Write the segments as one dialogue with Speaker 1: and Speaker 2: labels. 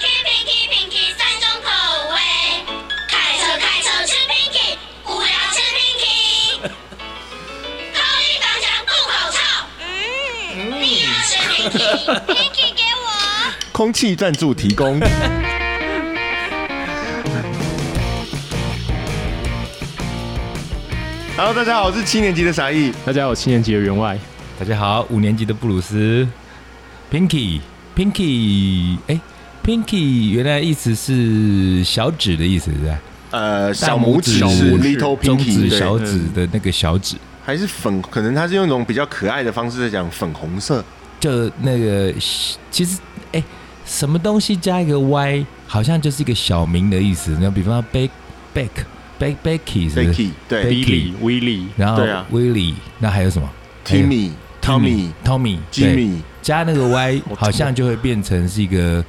Speaker 1: Pinky Pinky Pinky 三种口味，开车开车吃 Pinky，无聊吃 Pinky，口里方向不口臭，嗯，你要吃 Pinky，Pinky 给我。
Speaker 2: 空气赞助提 供。Hello，大家好，我是七年级的傻义。
Speaker 3: 大家好，我七年级的员外，
Speaker 4: 大家好，五年级的布鲁斯，Pinky，Pinky，哎，Pinky 原来意思是小指的意思是吧？
Speaker 2: 呃，
Speaker 4: 大
Speaker 2: 小拇指
Speaker 4: 小
Speaker 2: 是
Speaker 4: 拇指
Speaker 2: little
Speaker 4: 中指
Speaker 2: pinky，对
Speaker 4: 小指的那个小指，
Speaker 2: 还是粉，可能他是用一种比较可爱的方式在讲粉红色，
Speaker 4: 就那个其实哎，什么东西加一个 Y，好像就是一个小名的意思。那比方说 Beck Beck Beck Becky 是不是
Speaker 2: Becky，对
Speaker 4: Becky
Speaker 3: 威力，威力，
Speaker 4: 然后
Speaker 2: 对啊
Speaker 4: Willie，那还有什么
Speaker 2: ，Timmy、Tommy、
Speaker 4: 哎 Tommy 对
Speaker 2: Jimmy，
Speaker 4: 加那个 Y，好像就会变成是一个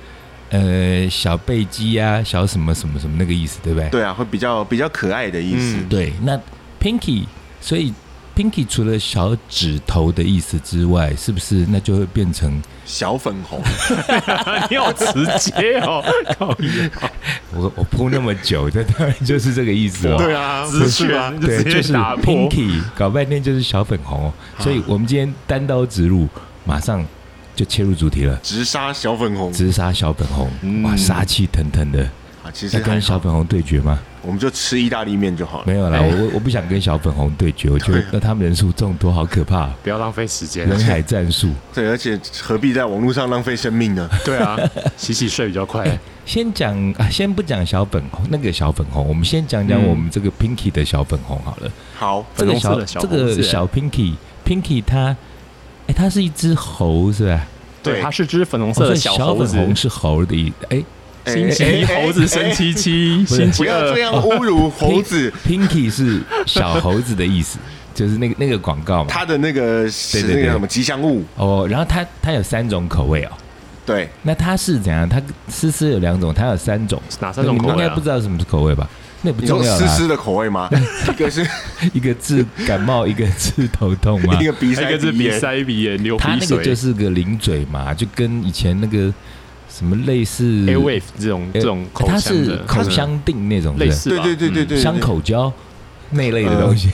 Speaker 4: 呃小贝基啊，小什么什么什么那个意思，对不对？
Speaker 2: 对啊，会比较比较可爱的意思。
Speaker 3: 嗯
Speaker 4: 对那 Pinky，所以 Pinky 除了小指头的意思之外，是不是那就会变成
Speaker 2: 小粉 红，
Speaker 3: 哎你好直接哦，靠呀，
Speaker 4: 我我铺那么久，这当然就是这个 意思了。
Speaker 2: 对啊，
Speaker 3: 直觉啊就
Speaker 4: 对，
Speaker 3: 直
Speaker 4: 就
Speaker 3: 接
Speaker 4: 是
Speaker 3: 打破，
Speaker 4: Pinky，搞半天就是小粉红、哦，所以我们今天单刀直入，马上就切入主题了，
Speaker 2: 直杀小粉红
Speaker 4: 直杀小粉红，哇，杀气腾腾的，
Speaker 2: 啊，其实
Speaker 4: 要
Speaker 2: 还
Speaker 4: 跟
Speaker 2: 好，
Speaker 4: 小粉红对决吗？
Speaker 2: 我们就吃意大利面就好了。
Speaker 4: 没有
Speaker 3: 哎
Speaker 4: 啦，我我我不想跟小粉红对 决，我觉得
Speaker 3: 啊
Speaker 4: 那他们人数众多，好可怕，
Speaker 3: 不要浪费时间哎
Speaker 4: 人。海战术。
Speaker 2: 对，而且何必在网络上浪费生命 呢？
Speaker 3: 对啊，洗洗睡比较快。
Speaker 4: 先讲啊，先不讲小粉红那个小粉红，我们先讲讲
Speaker 3: 嗯
Speaker 4: 我们这个 Pinky 的小粉红好了。
Speaker 2: 好，
Speaker 4: 这
Speaker 3: 粉
Speaker 4: 个
Speaker 3: 红色
Speaker 4: 小
Speaker 3: 的小
Speaker 4: 这
Speaker 3: 红色
Speaker 4: 个小 Pinky，Pinky 它，哎，它是一只猴是吧？
Speaker 3: 对，
Speaker 2: 对
Speaker 3: 它是只粉红
Speaker 4: 哦
Speaker 3: 色
Speaker 4: 所
Speaker 3: 的
Speaker 4: 以
Speaker 3: 小
Speaker 4: 小
Speaker 3: 猴
Speaker 4: 粉
Speaker 3: 子。
Speaker 4: 红是猴的意，哎，
Speaker 2: 哎
Speaker 3: 星期一
Speaker 2: 哎哎
Speaker 3: 猴子生七七，
Speaker 4: 是
Speaker 3: 星
Speaker 2: 不
Speaker 3: 期
Speaker 2: 要
Speaker 3: 二
Speaker 2: 这样侮辱猴 子，
Speaker 4: Pink- Pinky 是小猴子的意思，就是那个那个广告嘛。
Speaker 2: 他的那个是
Speaker 4: 对
Speaker 2: 那
Speaker 4: 对
Speaker 2: 个
Speaker 4: 对
Speaker 2: 什么吉祥物，
Speaker 4: 哦，然后它它有三种口味哦。
Speaker 2: 对，
Speaker 4: 那它是怎样？它思思有两种，它有三种，
Speaker 3: 哪三种
Speaker 4: 你
Speaker 3: 口
Speaker 4: 们应
Speaker 3: 味
Speaker 4: 该
Speaker 3: 啊
Speaker 4: 不？知道什么口味吧？那不
Speaker 2: 你
Speaker 4: 重
Speaker 2: 说
Speaker 4: 要
Speaker 2: 丝
Speaker 4: 啦。
Speaker 2: 丝的口味 吗？一个是
Speaker 4: 一个治感冒，一个治头痛 嘛
Speaker 2: 一。个鼻塞，
Speaker 3: 还有一个是鼻
Speaker 2: 鼻炎，
Speaker 3: 塞鼻炎流
Speaker 4: 它
Speaker 3: 鼻
Speaker 4: 那个就
Speaker 3: 水
Speaker 4: 是个零嘴嘛，就跟以前那个什么类似
Speaker 3: ，A wave 这种
Speaker 4: 呃
Speaker 3: 这种口
Speaker 4: 它
Speaker 3: 腔
Speaker 4: 是
Speaker 3: 的
Speaker 4: 口腔定那种
Speaker 3: 类
Speaker 4: 是
Speaker 3: 似吧，
Speaker 2: 对对对对对
Speaker 3: 嗯
Speaker 4: 不是香口胶那类的东西。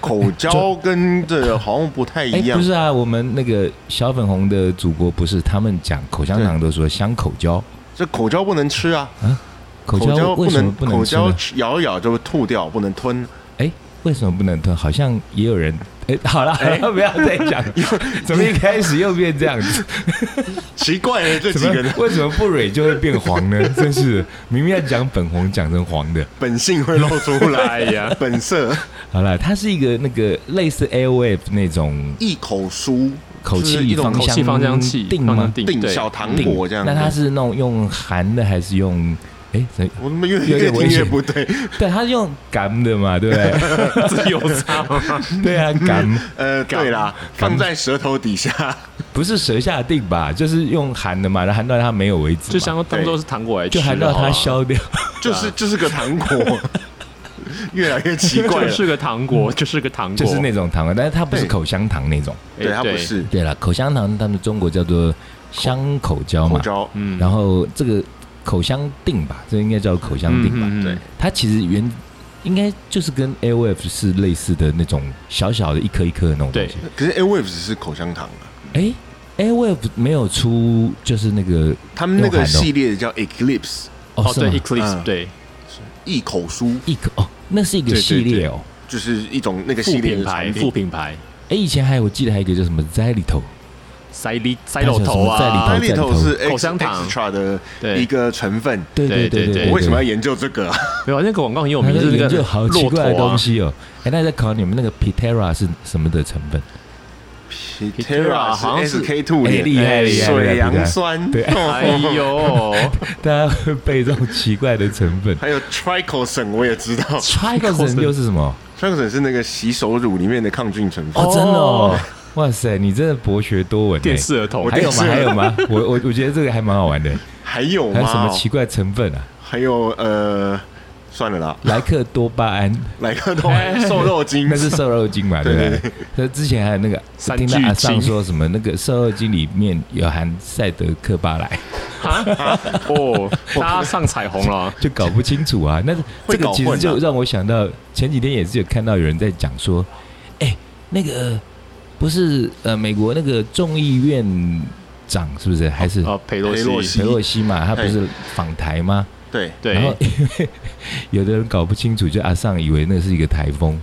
Speaker 2: 口交跟这个好像不太
Speaker 4: 哎
Speaker 2: 嗯一，样
Speaker 4: 不。是啊，我们那个小粉红的祖国不是他们讲口香糖都说香口胶，
Speaker 2: 这口交不能吃啊，
Speaker 4: 口
Speaker 2: 胶
Speaker 4: 胶为什么
Speaker 2: 能，
Speaker 4: 不
Speaker 2: 口
Speaker 4: 能吃
Speaker 2: 交
Speaker 4: 呢？
Speaker 2: 吃咬一咬就会吐掉，不能吞。
Speaker 4: 哎，为什么不能吞？好像也有人。 哎，好了，好了不要再讲， 怎么一开始又变这样子？
Speaker 2: 奇怪了，这
Speaker 4: 怎
Speaker 2: 几
Speaker 4: 么
Speaker 2: 个人
Speaker 4: 为什么不蕊就会变黄 呢？真是明明要讲粉红，讲成黄的。
Speaker 2: 本性会露出来
Speaker 3: 哎 呀，
Speaker 2: 本色
Speaker 4: 好了，它是一个那个类似 Airwave 那种
Speaker 2: 一口酥，
Speaker 4: 口
Speaker 2: 就是一
Speaker 4: 气
Speaker 2: 种
Speaker 4: 芳
Speaker 3: 口气
Speaker 4: 香
Speaker 3: 芳香器，
Speaker 4: 定
Speaker 3: 芳香
Speaker 4: 吗？
Speaker 3: 定
Speaker 2: 定
Speaker 3: 对
Speaker 2: 小糖果这样子。
Speaker 4: 那它是那种用含的还是用？哎，怎
Speaker 2: 我他妈越
Speaker 4: 有
Speaker 2: 越
Speaker 4: 点
Speaker 2: 听
Speaker 4: 危
Speaker 2: 越
Speaker 4: 险
Speaker 2: 不对。
Speaker 4: 对，它是用干的嘛，对不 对？
Speaker 3: 自由差吗？
Speaker 4: 对啊，干
Speaker 2: 呃，对啦，放在舌头底 下，
Speaker 4: 不是舌下定吧？就是用含的嘛，然后含到它没有为止嘛，
Speaker 3: 就相当做是糖果来吃
Speaker 4: 就
Speaker 3: 好了，
Speaker 4: 含到它消掉。
Speaker 2: 就是
Speaker 4: 啊
Speaker 2: 就是个糖果，越来越奇怪
Speaker 3: 就
Speaker 2: 了。
Speaker 3: 是个糖果，就是个糖果，
Speaker 4: 嗯就是那种糖啊，但是它不是
Speaker 2: 对
Speaker 4: 口香糖那种。
Speaker 3: 哎
Speaker 2: 对，它不是
Speaker 4: 对了，口香糖他们中国叫做香口胶
Speaker 2: 口
Speaker 4: 嘛，
Speaker 2: 交，
Speaker 3: 嗯
Speaker 4: 然后这个口香定吧，这应该叫口香定吧？
Speaker 3: 嗯嗯嗯
Speaker 2: 对
Speaker 4: 它其实原应该就是跟 AOF 是类似的那种小小的一颗一颗的那种东
Speaker 3: 对
Speaker 4: 西。
Speaker 2: 可是 Airwaves 是口香糖啊，
Speaker 4: 哎，AOF 没有出就是那个
Speaker 2: 他们那
Speaker 4: 用
Speaker 2: 个
Speaker 4: 含的哦
Speaker 2: 系列叫 Eclipse，
Speaker 4: 哦
Speaker 3: 哦，
Speaker 4: 是吗
Speaker 3: 对，Eclipse，
Speaker 2: 嗯
Speaker 3: 对，
Speaker 2: 一口酥，
Speaker 4: 一颗哦，那是一个
Speaker 3: 对对
Speaker 4: 系列哦。
Speaker 2: 就是一种那个
Speaker 3: 副
Speaker 2: 系列
Speaker 3: 品
Speaker 2: 的
Speaker 3: 牌，
Speaker 2: 产
Speaker 3: 副
Speaker 2: 品。
Speaker 3: 品牌，
Speaker 4: 哎，以前还有我记得还有一个叫什么 Zylito，
Speaker 3: 塞里塞
Speaker 4: 它是
Speaker 3: 老头
Speaker 4: 什么在里
Speaker 3: 啊
Speaker 4: 头，
Speaker 2: 它里头是 X,
Speaker 3: 口香糖
Speaker 2: extra 的
Speaker 3: 对
Speaker 2: 一个成分。
Speaker 4: 对
Speaker 3: 对
Speaker 4: 对
Speaker 3: 对对
Speaker 4: 对，
Speaker 2: 我为什么要
Speaker 4: 要？
Speaker 2: 研究这个、啊？
Speaker 3: 没有那个广告很有
Speaker 4: 他
Speaker 3: 名，
Speaker 4: 在
Speaker 3: 就是那
Speaker 4: 研究
Speaker 3: 个
Speaker 4: 好奇
Speaker 3: 骆
Speaker 4: 怪的
Speaker 3: 驼啊
Speaker 4: 东，西哦。哎，那在考你们那个 Pitera 是什么的成分？
Speaker 2: Pitera
Speaker 3: 好像是
Speaker 2: SK two
Speaker 4: 哎厉害厉害
Speaker 2: 水
Speaker 4: 厉害
Speaker 2: 杨酸，哦
Speaker 4: 对
Speaker 3: 哎 呦，
Speaker 4: 大家会被这种奇怪的成分。
Speaker 2: 还有 Tricosan 我也知道
Speaker 4: t r i c o s 又是什么？
Speaker 2: ，Tricosan 是那个洗手乳里面的抗菌成分。
Speaker 4: 哦，真的哦，哇塞，你真的博学多闻、欸。
Speaker 3: 电视儿童
Speaker 2: 我，
Speaker 4: 还有吗？
Speaker 2: 电视
Speaker 4: 还有吗？我我我觉得这个还蛮好玩的。
Speaker 2: 还有吗？
Speaker 4: 还有什么奇怪成分啊？
Speaker 2: 还有呃，算了啦，
Speaker 4: 莱克多巴胺，
Speaker 2: 来个东 瘦肉精
Speaker 4: 那，是瘦肉精嘛，对不对？那之前还有那个，
Speaker 3: 三
Speaker 4: 听
Speaker 3: 聚
Speaker 4: 到阿尚
Speaker 3: 精
Speaker 4: 说什么那个瘦肉精里面有含赛德克巴莱，
Speaker 3: 哦，大家上彩虹了，
Speaker 4: 就搞不清楚啊。那
Speaker 2: 会
Speaker 4: 这个
Speaker 2: 搞
Speaker 4: 其
Speaker 2: 混
Speaker 4: 实
Speaker 2: 啊
Speaker 4: 就让我想到前几天也是有看到有人在讲说，哎、那个不是呃美国那个众议院长是不是还是
Speaker 3: 啊，裴洛
Speaker 2: 裴洛西
Speaker 3: 西，
Speaker 4: 佩洛西嘛？他不
Speaker 2: 哦哎
Speaker 4: 是访台吗？
Speaker 2: 对，
Speaker 4: 然后
Speaker 3: 对，
Speaker 4: 因为有的人搞不清楚，就阿尚以为那是一个台 风。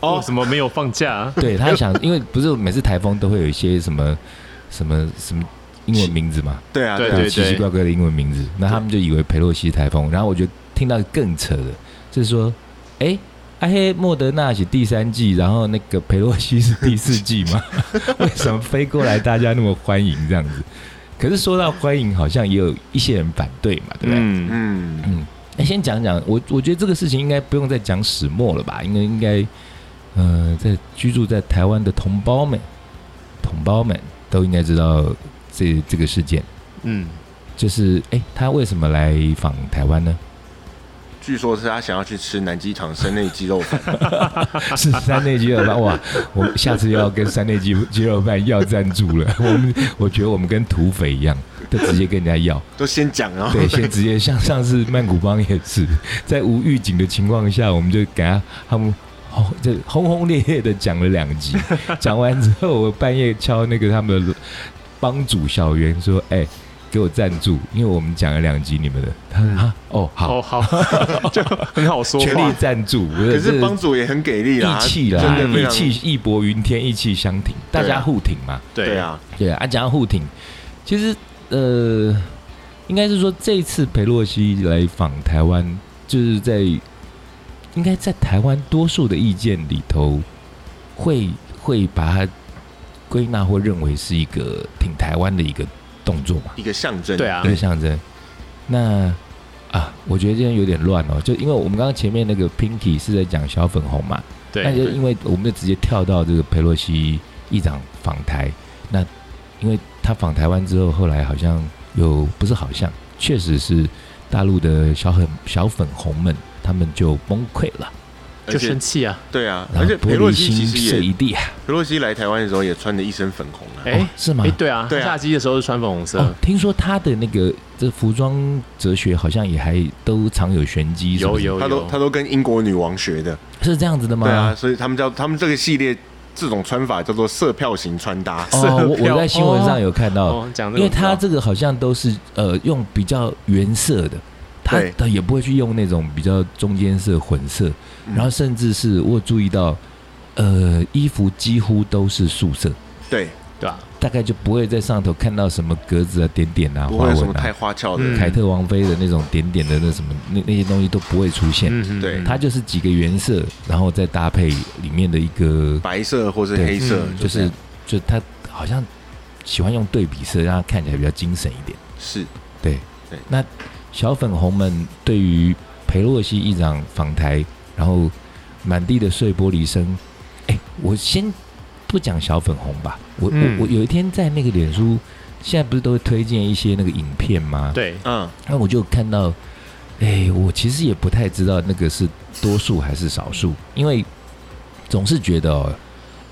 Speaker 3: 哦，
Speaker 2: 哦
Speaker 3: 怎么没有放假？
Speaker 4: 对他想，因为不是每次台风都会有一些什么什么什么英文名字嘛，
Speaker 2: 对啊，
Speaker 3: 对
Speaker 2: 啊
Speaker 4: 有奇奇怪怪的英文名字，那他们就以为佩洛西台风。然后我就听到更扯的，是说，哎，阿黑莫德纳是第三季，然后那个佩洛西是第四季嘛？ 为什么飞过来大家那么欢迎这样子？可是说到欢迎，好像也有一些人反对嘛，对不对？
Speaker 3: 嗯，
Speaker 2: 嗯，
Speaker 4: 嗯，哎，先讲讲我，我觉得这个事情应该不用再讲始末了吧？因为应该，呃，在居住在台湾的同胞们，同胞们都应该知道这这个事件，
Speaker 3: 嗯，
Speaker 4: 就是哎，他为什么来访台湾呢？
Speaker 2: 据说是他想要去吃南机场生内鸡肉 饭，
Speaker 4: 是三内鸡肉饭哇！我下次又要跟三内鸡鸡肉饭要赞助了。我 们我觉得我们跟土匪一样，就直接跟人家要。
Speaker 2: 都先讲啊，
Speaker 4: 对，先直接像上次曼谷帮也是在无预警的情况下，我们就给他他们轰这轰轰烈烈的讲了两集，讲完之后，我半夜敲那个他们的帮主小袁说：“哎、给我赞助，因为我们讲了两集你们的。”他说：“啊，哦，好，
Speaker 3: 哦，好， 就很好说
Speaker 4: 全力
Speaker 3: 话，
Speaker 4: 赞助。”
Speaker 2: 可
Speaker 4: 可
Speaker 2: 是帮主也很给力啦，
Speaker 4: 义气啦，
Speaker 2: 真的非
Speaker 4: 义
Speaker 2: 常
Speaker 4: 气义薄云天，义气相挺，大
Speaker 2: 对啊
Speaker 4: 家互挺嘛。
Speaker 2: 对，啊，
Speaker 4: 对啊，讲到互挺，其实呃，应该是说这一次裴洛西来访台湾，就是在应该在台湾多数的意见里头，会会把它归纳或认为是一个挺台湾的一个动作嘛，
Speaker 2: 一个象征，
Speaker 3: 对啊
Speaker 4: 一个象征。那啊，我觉得今天有点乱哦，就因为我们刚刚前面那个 Pinky 是在讲小粉红嘛，那
Speaker 3: 对，
Speaker 4: 就因为我们就直接跳到这个佩洛西议长访台，那因为他访台湾之后，后来好像有不是好像，确实是大陆的小粉小粉红们，他们就崩溃了，
Speaker 2: 而
Speaker 3: 就
Speaker 2: 且
Speaker 3: 生气啊，
Speaker 2: 对啊，
Speaker 4: 然
Speaker 2: 而
Speaker 4: 后
Speaker 2: 且裴
Speaker 4: 玻
Speaker 2: 洛
Speaker 4: 璃
Speaker 2: 西其
Speaker 4: 心
Speaker 2: 实
Speaker 4: 碎
Speaker 2: 也，
Speaker 4: 一地啊！
Speaker 2: 裴洛西来台湾的时候也穿的一身粉红啊，
Speaker 4: 哦
Speaker 3: 哎，
Speaker 4: 是吗
Speaker 3: 哎，？对啊，
Speaker 2: 对啊
Speaker 3: 下机的时候是穿粉红
Speaker 4: 哦
Speaker 3: 色，，
Speaker 4: 听说他的那个这服装哲学好像也还都藏有玄机，是不
Speaker 3: 有
Speaker 4: 是
Speaker 3: 有
Speaker 2: 他都
Speaker 3: 有
Speaker 2: 他，都跟英国女王学的，
Speaker 4: 是这样子的吗？
Speaker 2: 对啊，所以他们叫他们这个系列这种穿法叫做色票型穿搭，
Speaker 3: 色
Speaker 4: 哦，我
Speaker 3: 票
Speaker 4: 我在新闻上有看到，
Speaker 3: 哦，讲这个，
Speaker 4: 因为他这个好像都是呃用比较原色的，他
Speaker 2: 对
Speaker 4: 他也不会去用那种比较中间色混色，
Speaker 2: 嗯
Speaker 4: 然后甚至是我有注意到，呃，衣服几乎都是素色，
Speaker 2: 对，
Speaker 3: 对啊吧？
Speaker 4: 大概就不会在上头看到什么格子啊、点点啊、
Speaker 2: 不
Speaker 4: 花
Speaker 2: 会有什么
Speaker 4: 纹
Speaker 2: 太
Speaker 4: 啊、
Speaker 2: 花俏的，
Speaker 3: 嗯
Speaker 4: 凯特王妃的那种点点的那什么那那些东西都不会出现，
Speaker 3: 嗯
Speaker 2: 对
Speaker 4: 它就是几个原色，然后再搭配里面的一个
Speaker 2: 白色或是
Speaker 4: 对
Speaker 2: 黑色，
Speaker 3: 嗯
Speaker 4: 就
Speaker 2: 这
Speaker 4: 是
Speaker 2: 样
Speaker 4: 就他好像喜欢用对比色，让他看起来比较精神一点。
Speaker 2: 是
Speaker 4: 对
Speaker 2: 对
Speaker 4: 那小粉红们对于裴洛西议长访台，然后满地的碎玻璃声，哎，我先不讲小粉红吧，我、
Speaker 3: 嗯
Speaker 4: 我我有一天在那个脸书，现在不是都会推荐一些那个影片吗？，
Speaker 3: 对，
Speaker 2: 嗯，
Speaker 4: 那我就看到，哎，我其实也不太知道那个是多数还是少数，因为总是觉得哦。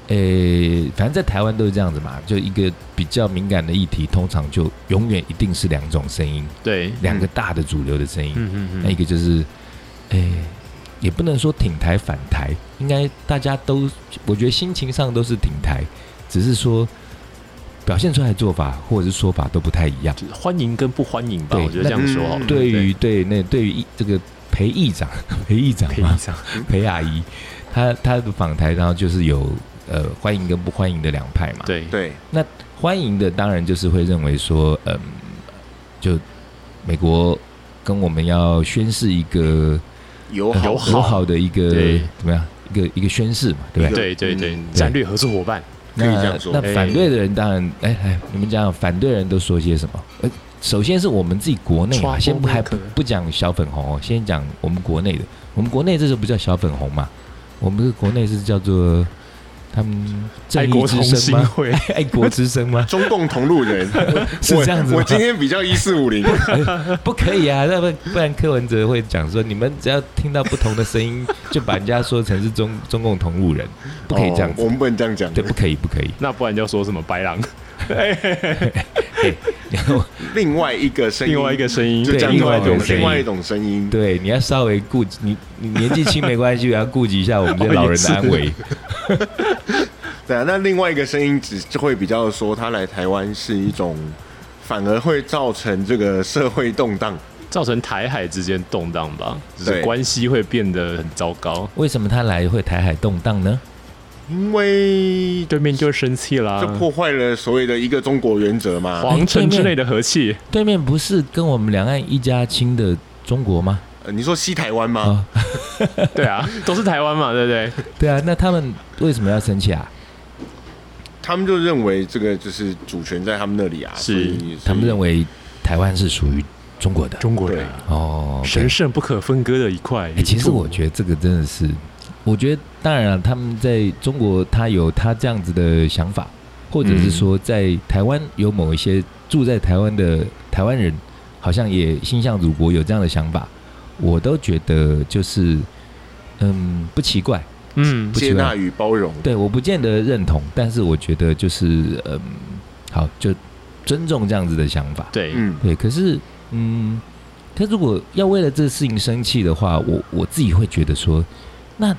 Speaker 4: 诶，反正在台湾都是这样子嘛，就一个比较敏感的议题，通常就永远一定是两种声音，
Speaker 3: 对，
Speaker 2: 嗯
Speaker 4: 两个大的主流的声音，
Speaker 3: 嗯嗯
Speaker 4: 那一
Speaker 3: 嗯，
Speaker 4: 个就是，诶、也不能说挺台反台，应该大家都，我觉得心情上都是挺台，只是说表现出来的做法或者是说法都不太一样。
Speaker 3: 就欢迎跟不欢迎吧，
Speaker 4: 对
Speaker 3: 我觉得这样说好了
Speaker 2: 嗯，
Speaker 4: 对于对那对于议这个裴议长， 裴议长
Speaker 3: 可以
Speaker 4: 嘛，
Speaker 3: 这样，
Speaker 4: 裴阿姨，她她的访台，然后就是有呃欢迎跟不欢迎的两派嘛。
Speaker 3: 对，
Speaker 2: 对，
Speaker 4: 欢迎的当然就是会认为说，嗯，就美国跟我们要宣示一个
Speaker 2: 友
Speaker 4: 呃
Speaker 2: 好
Speaker 3: 友
Speaker 4: 友好的一个
Speaker 3: 对
Speaker 4: 怎么样一个一个宣誓嘛，对不对？
Speaker 3: 对对对
Speaker 2: 嗯，
Speaker 3: 战略合作伙伴，
Speaker 2: 可
Speaker 4: 那
Speaker 2: 以这样说
Speaker 4: 那
Speaker 3: 哎
Speaker 4: 反对的人当然，哎哎，你们讲讲反对人都说些什么？呃，首先是我们自己国内啊，
Speaker 3: 刷
Speaker 4: 先不
Speaker 3: 锅
Speaker 4: 还
Speaker 3: 那
Speaker 4: 不
Speaker 3: 个
Speaker 4: 不讲小粉红哦，先讲我们国内的。我们国内这时候不叫小粉红嘛，我们这个国内是叫做他们
Speaker 3: 爱
Speaker 4: 正义
Speaker 3: 国
Speaker 4: 之
Speaker 3: 同
Speaker 4: 声
Speaker 3: 心
Speaker 4: 吗？
Speaker 3: 会，
Speaker 4: 爱国之声 吗？
Speaker 2: 中共同路人
Speaker 4: 是这样子
Speaker 2: 我
Speaker 4: 吗
Speaker 2: 我今天比较一四五零，
Speaker 4: 不可以啊，那不不然柯文哲会讲说，你们只要听到不同的声音，就把人家说成是中中共同路人， 不可以这样
Speaker 2: 哦
Speaker 4: 子。
Speaker 2: 我们不能这样讲。
Speaker 4: 对，不可以，不可以。
Speaker 3: 那不然就说什么白狼？
Speaker 4: 然后
Speaker 2: 另外一个声音，
Speaker 3: 另外一个声音，
Speaker 2: 就这样
Speaker 4: 对
Speaker 2: 另外一
Speaker 4: 另外一
Speaker 2: 种
Speaker 4: 种声音
Speaker 2: 另外一种声音。
Speaker 4: 对，你要稍微顾及你，你年纪轻没关系，也要顾及一下我们这老人的安危。
Speaker 2: 对啊，那另外一个声音只就会比较说，他来台湾是一种，反而会造成这个社会动荡。
Speaker 3: 造成台海之间动荡吧，就是
Speaker 2: 对
Speaker 3: 关系会变得很糟糕。
Speaker 4: 为什么他来会台海动荡呢？
Speaker 2: 因为
Speaker 3: 对面就生气啦
Speaker 2: 这，破坏了所谓的一个中国原则嘛。
Speaker 3: 皇城之内的和气，
Speaker 4: 对面不是跟我们两岸一家亲的中国吗？
Speaker 2: 呃你说西台湾吗？
Speaker 4: 啊、
Speaker 3: 对啊， 都是台湾嘛，对不对？
Speaker 4: 对啊，那他们为什么要生气啊？
Speaker 2: 他们就认为这个就是主权在他们那里啊，
Speaker 3: 是
Speaker 2: 所以
Speaker 4: 他们认为台湾是属于中国的。
Speaker 3: 中国
Speaker 2: 人
Speaker 4: 哦，OK
Speaker 3: 神圣不可分割的一块
Speaker 4: 欸。其实我觉得这个真的是，我觉得当然了，他们在中国他有他这样子的想法，或者是说在台湾有某一些住在台湾的台湾人，好像也心向祖国有这样的想法，我都觉得就是嗯不奇怪，
Speaker 3: 嗯
Speaker 4: 不
Speaker 2: 接
Speaker 4: 奇
Speaker 2: 纳
Speaker 4: 怪，
Speaker 2: 与包容。
Speaker 4: 对，我不见得认同，但是我觉得就是嗯好就尊重这样子的想法，
Speaker 3: 对，
Speaker 2: 嗯，
Speaker 4: 对，可是，嗯，他如果要为了这个事情生气的话，我我自己会觉得说，那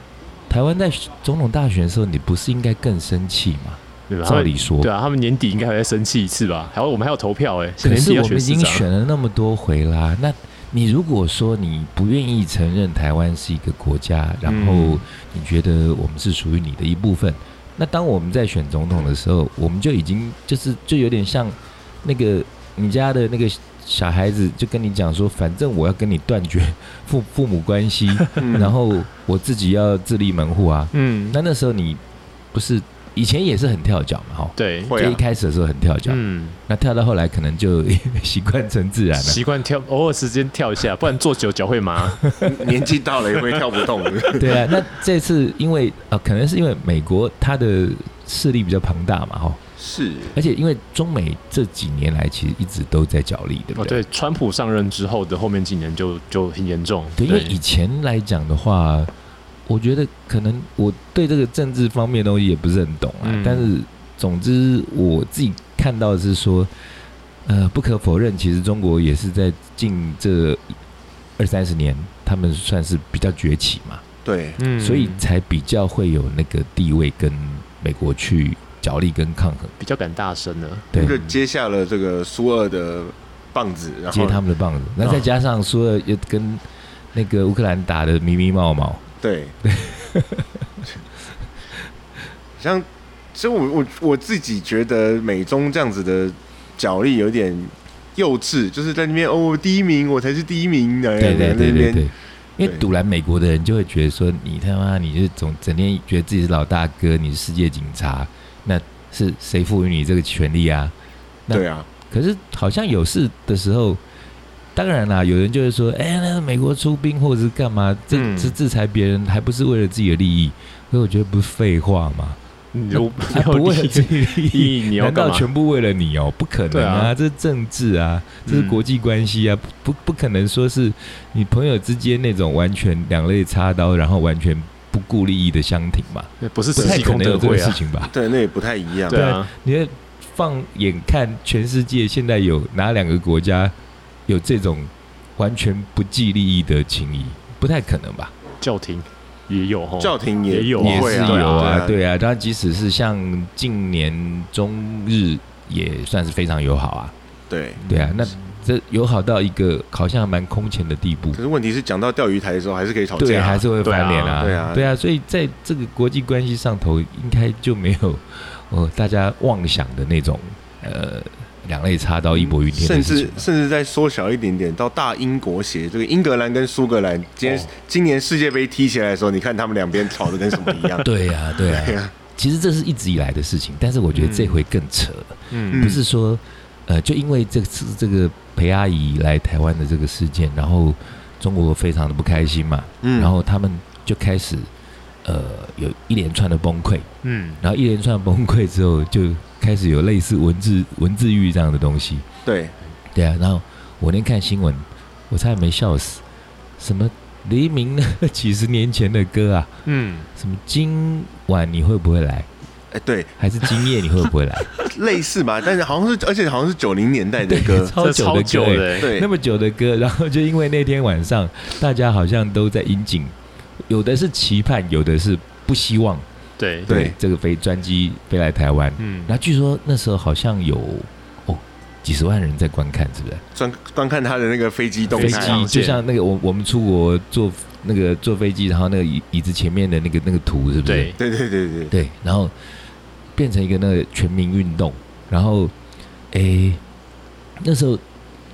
Speaker 4: 台湾在总统大选的时候，你不是应该更生气吗？
Speaker 3: 对吧？他
Speaker 4: 照
Speaker 3: 们
Speaker 4: 理说，
Speaker 3: 对啊，他们年底应该还会再生气一次吧？还有我们还有投票哎，
Speaker 4: 可
Speaker 3: 年
Speaker 4: 是
Speaker 3: 底要
Speaker 4: 我们已
Speaker 3: 市
Speaker 4: 经
Speaker 3: 长。
Speaker 4: 选了那么多回啦，那。你如果说你不愿意承认台湾是一个国家，然后
Speaker 3: 嗯
Speaker 4: 你觉得我们是属于你的一部分，那当我们在选总统的时候，我们就已经就是就有点像那个你家的那个小孩子就跟你讲说，反正我要跟你断绝 父父母关系，
Speaker 2: 嗯
Speaker 4: 然后我自己要自立门户啊。
Speaker 3: 嗯，
Speaker 4: 那那时候你不是以前也是很跳脚嘛，哈，
Speaker 3: 对，
Speaker 2: 会
Speaker 4: 就一
Speaker 2: 啊，
Speaker 4: 开始的时候很跳脚，
Speaker 3: 嗯，
Speaker 4: 那跳到后来可能就 习惯成自然了。
Speaker 3: 习惯跳，偶尔时间跳一 下，不然坐久脚会麻。
Speaker 2: 年纪到了也会跳不 动。
Speaker 4: 对啊，那这次因为呃，可能是因为美国它的势力比较庞大嘛，哈，
Speaker 2: 是，
Speaker 4: 而且因为中美这几年来其实一直都在角力，对不
Speaker 3: 哦，对，川普上任之后的后面几年就就很严重。
Speaker 4: 对，因为以前来讲的话，我觉得可能我对这个政治方面的东西也不是很懂啊。
Speaker 3: 嗯
Speaker 4: 但是总之我自己看到的是说，呃，不可否认，其实中国也是在近这二三十年，他们算是比较崛起嘛，
Speaker 2: 对，
Speaker 3: 嗯
Speaker 4: 所以才比较会有那个地位跟美国去角力跟抗衡，
Speaker 3: 比较敢大声了。
Speaker 4: 对，
Speaker 2: 就接下了这个苏二的棒子，然
Speaker 4: 接
Speaker 2: 后
Speaker 4: 他们的棒子。那再加上说又跟那个乌克兰打的迷迷冒冒，
Speaker 2: 对， 像，其实我我我自己觉得美中这样子的角力有点幼稚，就是在那边哦，第一名我才是第一名，然后
Speaker 4: 对对
Speaker 2: 在
Speaker 4: 对
Speaker 2: 那
Speaker 4: 对
Speaker 2: 边
Speaker 4: 对，因为
Speaker 2: 对
Speaker 4: 堵拦美国的人就会觉得说，你他妈你是总整天觉得自己是老大哥，你是世界警察，那是谁赋予你这个权利啊？那
Speaker 2: 对啊，
Speaker 4: 可是好像有事的时候，当然啦，有人就会说，哎、那美国出兵或者是干嘛，这
Speaker 3: 嗯
Speaker 4: 这制裁别人还不是为了自己的利益？所以我觉得不是废话 吗？
Speaker 3: 你就
Speaker 4: 他不为了自己的利 益。
Speaker 3: 你要
Speaker 4: 难
Speaker 3: 干
Speaker 4: 道
Speaker 3: 嘛？
Speaker 4: 全部为了你哦？不可能
Speaker 3: 对啊
Speaker 4: 这是政治啊，这是
Speaker 3: 嗯
Speaker 4: 国际关系啊，不不可能说是你朋友之间那种完全两肋插刀，然后完全不顾利益的相挺嘛，
Speaker 3: 不是
Speaker 4: 不
Speaker 3: 慈
Speaker 4: 太
Speaker 3: 禧
Speaker 4: 可
Speaker 3: 功
Speaker 4: 能
Speaker 3: 德
Speaker 4: 有这个
Speaker 3: 会
Speaker 4: 事
Speaker 3: 啊。
Speaker 4: 情吧？
Speaker 2: 对，那也不太一样，
Speaker 3: 对啊，
Speaker 4: 你看放眼看全世界，现在有哪两个国家有这种完全不计利益的情谊？不太可能吧？
Speaker 3: 教廷也有吼，
Speaker 2: 教廷
Speaker 3: 也有
Speaker 2: 有
Speaker 3: 啊
Speaker 2: 也
Speaker 4: 也
Speaker 2: 会
Speaker 4: 是
Speaker 2: 啊，
Speaker 4: 有
Speaker 2: 啊，
Speaker 4: 对啊。当然，即使是像近年中日也算是非常友好啊，
Speaker 2: 对。
Speaker 4: 对啊。那这友好到一个好像还蛮空前的地步
Speaker 2: 可，是问题是，讲到钓鱼台的时候，还是可以吵
Speaker 4: 对，
Speaker 2: 架啊，
Speaker 4: 还是会翻脸啊，
Speaker 2: 对啊
Speaker 4: 对啊。所以在这个国际关系上头，应该就没有呃大家妄想的那种呃两肋插刀、义薄云天
Speaker 2: 甚
Speaker 4: 的事情
Speaker 2: 至
Speaker 4: 啊。。
Speaker 2: 甚至再缩小一点点，到大英国协，这个英格兰跟苏格兰，今天、
Speaker 3: 哦
Speaker 2: 今年世界杯踢起来的时候，你看他们两边吵得跟什么一样
Speaker 4: 对呀、对呀、
Speaker 2: 对啊
Speaker 4: 其实这是一直以来的事情，但是我觉得这回更扯了，
Speaker 3: 嗯
Speaker 4: 不是说呃，就因为这次这个裴阿姨来台湾的这个事件，然后中国非常的不开心嘛，
Speaker 2: 嗯
Speaker 4: 然后他们就开始呃有一连串的崩溃，
Speaker 2: 嗯，
Speaker 4: 然后一连串崩溃之后，就开始有类似文字文字狱这样的东西。
Speaker 2: 对，
Speaker 4: 对啊，然后我那天看新闻，我差点没笑死。什么黎明那 几十年前的歌啊，
Speaker 2: 嗯，
Speaker 4: 什么今晚你会不会来，
Speaker 2: 哎，对，还
Speaker 4: 还是今夜你会不 会来？
Speaker 2: 类似吧，但是好像是，而且好像是九零年代的歌，
Speaker 4: 超
Speaker 3: 这
Speaker 4: 久的
Speaker 3: 超
Speaker 4: 歌
Speaker 3: 久
Speaker 4: 欸、
Speaker 3: 的欸，
Speaker 2: 对
Speaker 4: 那，么久的歌，然后就因为那天晚上大家好像都在引颈，有的是期盼，有的是不希望。
Speaker 3: 对
Speaker 2: 对
Speaker 4: 这个飞专机飞来台湾，
Speaker 3: 嗯，
Speaker 4: 然后据说那时候好像有哦几十万人在观看，是不是？
Speaker 2: 观观看他的那个飞机动
Speaker 4: 飞
Speaker 2: 态
Speaker 4: 机
Speaker 2: 啊，
Speaker 4: 就像那个我我们出国坐那个坐飞机，然后那个椅椅子前面的那个那个图是不是
Speaker 3: 对？
Speaker 2: 对对对对，
Speaker 4: 对，然后变成一个那个全民运动，然后诶那时候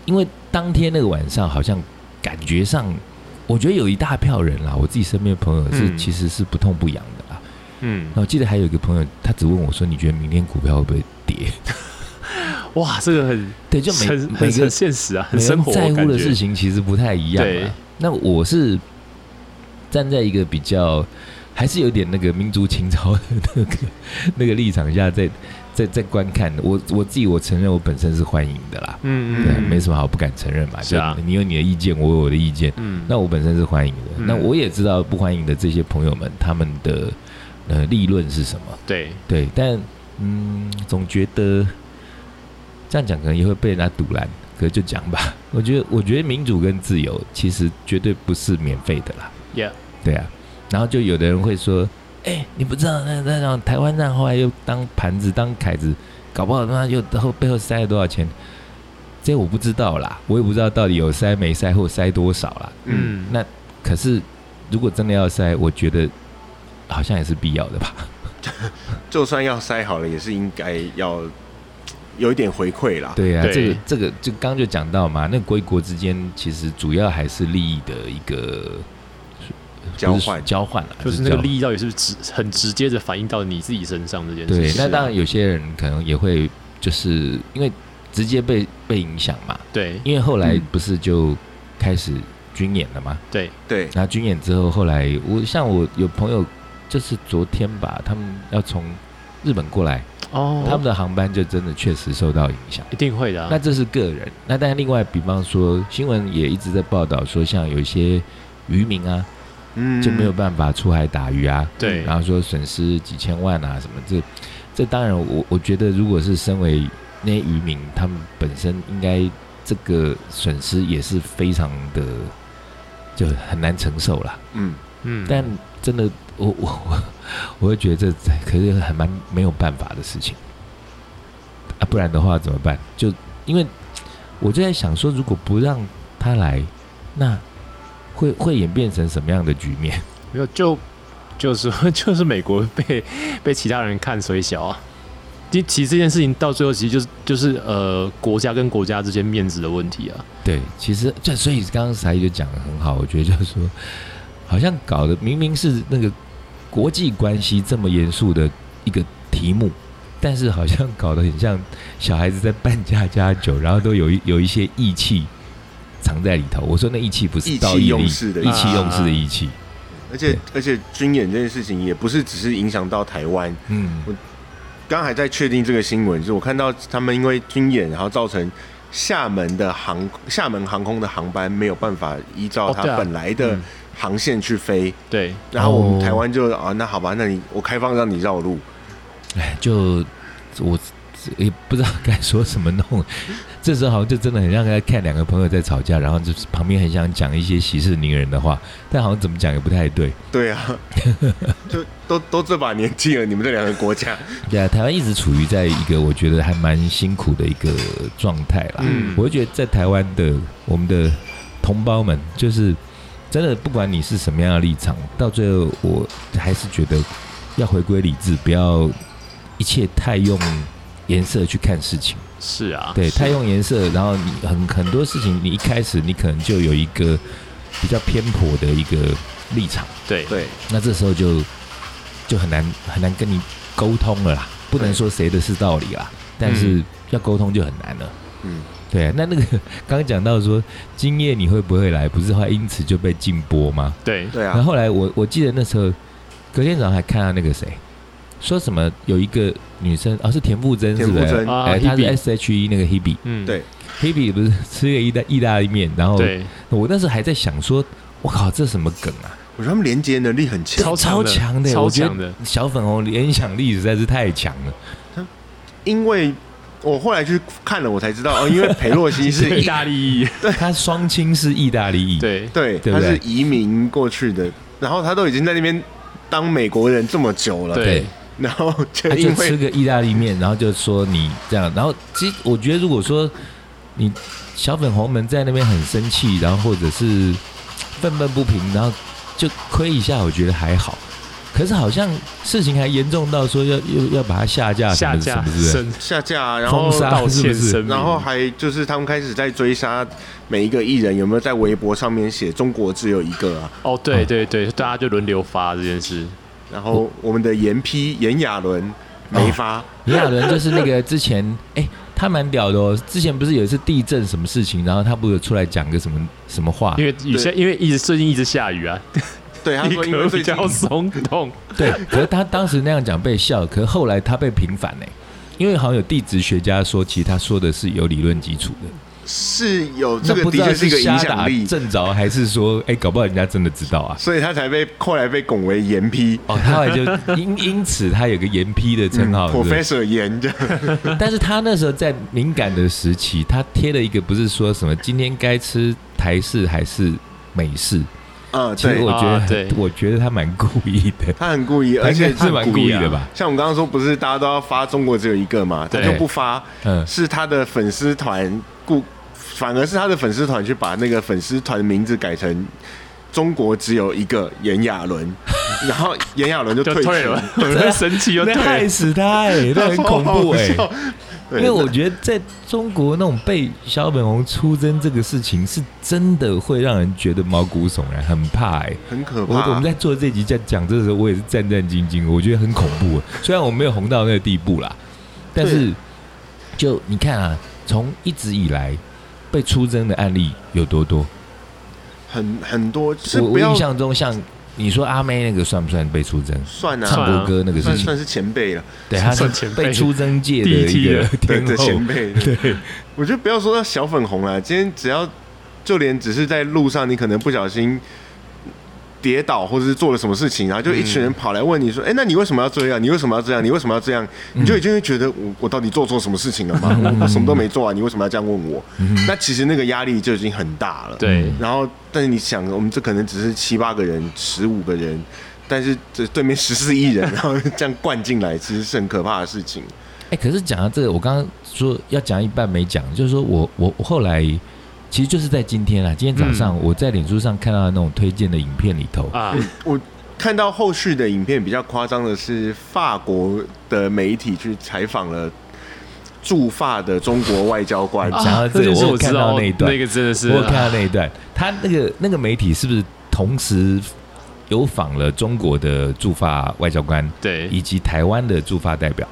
Speaker 4: 因为当天那个晚上好像感觉上，我觉得有一大票人啦，我自己身边的朋友是、
Speaker 3: 嗯
Speaker 4: 其实是不痛不痒的啦。
Speaker 3: 嗯
Speaker 4: 然，后我记得还有一个朋友，他只问我说：“你觉得明天股票会不会跌
Speaker 3: 哇，这个很？”
Speaker 4: 对，就每
Speaker 3: 很
Speaker 4: 每
Speaker 3: 很
Speaker 4: 个
Speaker 3: 很现实啊，很
Speaker 4: 每个
Speaker 3: 生
Speaker 4: 人
Speaker 3: 活
Speaker 4: 在乎
Speaker 3: 感
Speaker 4: 的
Speaker 3: 觉
Speaker 4: 事情其实不太一样、
Speaker 3: 对
Speaker 4: 啊。那我是站在一个比较还是有点那个民族情操的那个 那个立场下在，在在观看。我我自己我承认我本身是欢迎的啦，
Speaker 3: 嗯
Speaker 4: 对，没什
Speaker 3: 么，
Speaker 4: 么好不敢承认嘛。
Speaker 3: 是啊
Speaker 4: 就你有你的意见，我有我的意见。
Speaker 3: 嗯，
Speaker 4: 那我本身是欢迎的，
Speaker 3: 嗯
Speaker 4: 那我也知道不欢迎的这些朋友们他们的呃立论是什么。
Speaker 3: 对，
Speaker 4: 对，但嗯，总觉得这样讲可能也会被人家堵拦，可是就讲吧。 我觉得，我觉得民主跟自由其实绝对不是免费的啦。
Speaker 3: Yeah
Speaker 4: 对啊，然后就有的人会说：“哎、你不知道那那让台湾让后来又当盘子当凯子，搞不好他妈又后背后塞了多少钱。”这我不知道啦，我也不知道到底有塞没塞或塞多少啦。
Speaker 2: 嗯，
Speaker 3: 嗯，
Speaker 4: 那可是如果真的要塞，我觉得好像也是必要的吧。
Speaker 2: 就算要塞好了，也是应该要有一点回馈啦，
Speaker 4: 对啊，
Speaker 3: 对
Speaker 4: 这个这个就刚刚就讲到嘛，那国与国之间其实主要还是利益的一个
Speaker 2: 交
Speaker 4: 不是
Speaker 2: 换，
Speaker 4: 交换啦，
Speaker 3: 就是那个
Speaker 4: 交
Speaker 3: 利益到底是不是直很直接的反映到你自己身上这件事
Speaker 4: 对，
Speaker 3: 情？
Speaker 4: 那当然有些人可能也会就是因为直接被被影响嘛，
Speaker 3: 对
Speaker 4: 因为后来
Speaker 5: 嗯
Speaker 4: 不是就开始军演了嘛，
Speaker 3: 对，
Speaker 2: 对，
Speaker 4: 然后军演之后，后来我像我有朋友就是昨天吧，他们要从日本过来，
Speaker 3: 哦，
Speaker 4: 他们的航班就真的确实受到影响。
Speaker 3: 一定会的啊，
Speaker 4: 那这是个人。那但另外，比方说新闻也一直在报道说，像有一些渔民啊，
Speaker 2: 嗯，
Speaker 4: 就没有办法出海打鱼啊，
Speaker 3: 对
Speaker 4: 然后说损失几千万啊什么这，这当然我我觉得，如果是身为那些渔民，他们本身应该这个损失也是非常的，就很难承受啦。
Speaker 2: 嗯，
Speaker 3: 嗯，
Speaker 4: 但真的，我 我我我会觉得这可是很蛮没有办法的事情啊，不然的话怎么办？就因为我就在想说，如果不让他来，那会会演变成什么样的局面？
Speaker 3: 没有就就是 就是美国被被其他人看水小啊。其其实这件事情到最后，其实就是就是呃，国家跟国家之间面子的问题啊。
Speaker 4: 对，其实这所以刚刚才就讲的很好，我觉得就是说，好像搞的明明是那个国际关系这么严肃的一个题目，但是好像搞得很像小孩子在办家家酒，然后都有一 有一些义气藏在里头。我说那义气不是
Speaker 2: 意
Speaker 4: 道
Speaker 2: 气
Speaker 4: 义的
Speaker 2: 用
Speaker 4: 义
Speaker 2: 事的
Speaker 4: 意
Speaker 2: 意
Speaker 4: 气
Speaker 3: 气
Speaker 4: 用事的义气，
Speaker 2: 而且
Speaker 4: 对
Speaker 2: 而且军演这件事情也不是只是影响到台湾，
Speaker 4: 嗯，
Speaker 2: 刚刚还在确定这个新闻，就是我看到他们因为军演，然后造成厦门的航厦门航空的航班没有办法依照
Speaker 3: 哦
Speaker 2: 它
Speaker 3: 对啊
Speaker 2: 本来的
Speaker 3: 嗯
Speaker 2: 航线去飞，
Speaker 3: 对，
Speaker 2: 然后我们
Speaker 4: 哦
Speaker 2: 台湾就啊，那好吧，那你我开放让你绕路，
Speaker 4: 哎，就我也不知道该说什么弄。这时候好像就真的很像在看两个朋友在吵架，然后就是旁边很想讲一些息事宁人的话，但好像怎么讲也不太对。
Speaker 2: 对 啊，就都都这把年纪了，你们这两个国家，
Speaker 4: 对啊，台湾一直处于在一个我觉得还蛮辛苦的一个状态啦。
Speaker 2: 嗯
Speaker 4: 我会觉得在台湾的我们的同胞们，就是真的不管你是什么样的立场，到最后我还是觉得要回归理智，不要一切太用颜色去看事情。
Speaker 3: 是啊，
Speaker 4: 对，太用颜色，然后你很很多事情，你一开始你可能就有一个比较偏颇的一个立场。
Speaker 3: 对
Speaker 2: 对，
Speaker 4: 那这时候就就很难很难跟你沟通了啦，不能
Speaker 2: 对
Speaker 4: 说谁的是道理啦，但是要沟通就很难了。
Speaker 2: 嗯，
Speaker 4: 对啊，那那个刚刚讲到说，今夜你会不会来？不是的话，因此就被禁播吗？
Speaker 3: 对
Speaker 2: 对
Speaker 4: 然后
Speaker 2: 啊，
Speaker 4: 后来我我记得那时候隔天早上还看到那个谁，说什么有一个女生，哦，是田馥甄，是
Speaker 2: 田
Speaker 4: 不
Speaker 2: 馥
Speaker 4: 是？
Speaker 2: 甄，
Speaker 3: 啊
Speaker 4: 哎，她是
Speaker 3: Hebe
Speaker 4: S H E 那个 Hebe，
Speaker 3: 嗯，
Speaker 2: 对
Speaker 4: Hebe 不是吃个意大意大利面，然后
Speaker 3: 对，
Speaker 4: 我那时候还在想说，我靠，这什么梗啊？
Speaker 2: 我觉得他们连接能力很强
Speaker 3: 超，强的
Speaker 4: 强的，
Speaker 3: 超
Speaker 4: 我觉
Speaker 3: 强的
Speaker 4: 得小粉红联想力实在是太强了。
Speaker 2: 因为我后来去看了，我才知 道哦，因为裴洛西是
Speaker 3: 意大利裔，
Speaker 4: 他双亲是意大利裔，，
Speaker 3: 对，
Speaker 2: 对，
Speaker 4: 对不
Speaker 2: 他是
Speaker 4: 对
Speaker 2: 移民过去的，然后他都已经在那边当美国人这么久了，
Speaker 3: 对
Speaker 2: 然后就
Speaker 4: 他就
Speaker 2: 因
Speaker 4: 吃
Speaker 2: 为
Speaker 4: 个意大利面，然后就说你这样，然后其实我觉得如果说你小粉红们在那边很生气，然后或者是愤愤不平，然后就亏一下，我觉得还好。可是好像事情还严重到说要要要把他下架什
Speaker 3: 下
Speaker 4: 么的，
Speaker 3: 架
Speaker 4: 是不是？
Speaker 3: 生
Speaker 2: 下架，然后
Speaker 4: 封杀
Speaker 3: 道歉
Speaker 4: 是不是
Speaker 3: 声明，
Speaker 2: 然后还就是他们开始在追杀每一个艺人有没有在微博上面写“中国只有一个”啊，
Speaker 3: 哦，对对对，大家就轮流发这件事，
Speaker 2: 然后我们的严批炎亚纶没发，
Speaker 4: 炎亚纶就是那个 之前，哎、他蛮屌的哦。之前不是有一次地震什么事情，然后他不是有出来讲个什么什么话
Speaker 3: 因？为雨下，因为一直最近一直下雨啊，
Speaker 2: 对他
Speaker 3: 地
Speaker 2: 说因为
Speaker 3: 壳
Speaker 2: 最
Speaker 3: 比
Speaker 2: 近
Speaker 3: 较松动，
Speaker 4: 对，可是他当时那样讲被笑，可是后来他被平反呢、因为好像有地质学家说，其实他说的是有理论基础的。
Speaker 2: 是有这
Speaker 4: 那
Speaker 2: 个
Speaker 4: 不
Speaker 2: 的
Speaker 4: 知道
Speaker 2: 确是一个
Speaker 4: 瞎
Speaker 2: 影响
Speaker 4: 打
Speaker 2: 力，
Speaker 4: 正着，还是说，哎、搞不好人家真的知 道啊？
Speaker 2: 所以他才被后来被拱为严批。
Speaker 4: 哦，他后来就因因此他有个严批的称号、对不对
Speaker 2: 嗯 Professor 严 这样，
Speaker 4: 但是他那时候在敏感的时期，他贴了一个不是说什么今天该吃台式还是美式，
Speaker 2: 嗯，
Speaker 4: 其实
Speaker 2: 对
Speaker 4: 我，觉得
Speaker 3: 啊对
Speaker 4: 很，我觉得他蛮故意的，
Speaker 2: 他很故意，
Speaker 4: 他
Speaker 2: 而
Speaker 4: 应该
Speaker 2: 且
Speaker 4: 是蛮故意的吧？
Speaker 2: 像我们刚刚说，不是大家都要发中国只有一个嘛，他
Speaker 3: 对
Speaker 2: 就不发，
Speaker 4: 嗯，
Speaker 2: 是他的粉丝团故，反而是他的粉丝团去把那个粉丝团的名字改成中国只有一个炎亚纶，然后炎亚 纶就
Speaker 3: 就
Speaker 2: 退
Speaker 3: 退
Speaker 2: 群
Speaker 3: 了，，很会生气 就
Speaker 4: 那
Speaker 3: 退
Speaker 4: 害
Speaker 3: 了，
Speaker 4: 死他哎、那很恐怖哎、
Speaker 2: 超好笑 对
Speaker 4: 因为我觉得在中国那种被小粉红出征这个事情，是真的会让人觉得毛骨悚然，很怕哎、
Speaker 2: 很可
Speaker 4: 我
Speaker 2: 怕，
Speaker 4: 我们在做这集在讲这个时候，我也是战战兢兢，我觉得很恐怖。虽然我没有红到那个地步啦，但是就你看啊，从一直以来被出征的案例有多多。
Speaker 2: 很很多，就是
Speaker 4: 我
Speaker 2: 不
Speaker 4: 我
Speaker 2: 要
Speaker 4: 印象中，像你说阿妹那个算不算被出征？
Speaker 2: 算
Speaker 4: 唱
Speaker 2: 啊，
Speaker 3: 算啊
Speaker 4: 国歌那个事
Speaker 2: 算
Speaker 4: 情
Speaker 2: 算，是前辈了，
Speaker 4: 对，她
Speaker 3: 算前
Speaker 4: 是
Speaker 3: 辈
Speaker 4: 被出征界的
Speaker 3: 第一
Speaker 4: 一
Speaker 3: 梯
Speaker 4: 个
Speaker 3: 的
Speaker 2: 对
Speaker 4: 天
Speaker 2: 的
Speaker 4: 后。
Speaker 2: 前辈，
Speaker 4: 对，
Speaker 2: 我觉得不要说到小粉红啦，今天只要就连只是在路上，你可能不小心跌倒，或者是做了什么事情，然后就一群
Speaker 4: 嗯
Speaker 2: 人跑来问你说：“哎、那你为什么要这样？你为什么要这样？你为什么要这样？”你
Speaker 4: 嗯
Speaker 2: 就已经会觉得我我到底做错什么事情了吗？ 我我什么都没做啊，你为什么要这样问我？
Speaker 4: 嗯
Speaker 2: 那其实那个压力就已经很大了。
Speaker 3: 对
Speaker 2: 然后，但是你想，我们这可能只是七八个人、十五个人，但是这对面十四亿人，然后这样灌进来，其实是很可怕的事情。
Speaker 4: 哎、可是讲到这个，我刚刚说要讲一半没讲，就是说我我我后来其实就是在今天啊，今天早上我在脸书上看到的那种推荐的影片里头，
Speaker 3: 啊，
Speaker 2: 我看到后续的影片比较夸张的是，法国的媒体去采访了驻法的中国外交官，
Speaker 4: 啊讲到这个
Speaker 3: 件事
Speaker 4: 我
Speaker 3: 我知
Speaker 4: 看
Speaker 3: 道
Speaker 4: 到那一段
Speaker 3: 那个真的是啊
Speaker 4: 我有看到那一段，他那个那个媒体是不是同时有访了中国的驻法外交官
Speaker 3: 对，
Speaker 4: 以及台湾的驻法代表？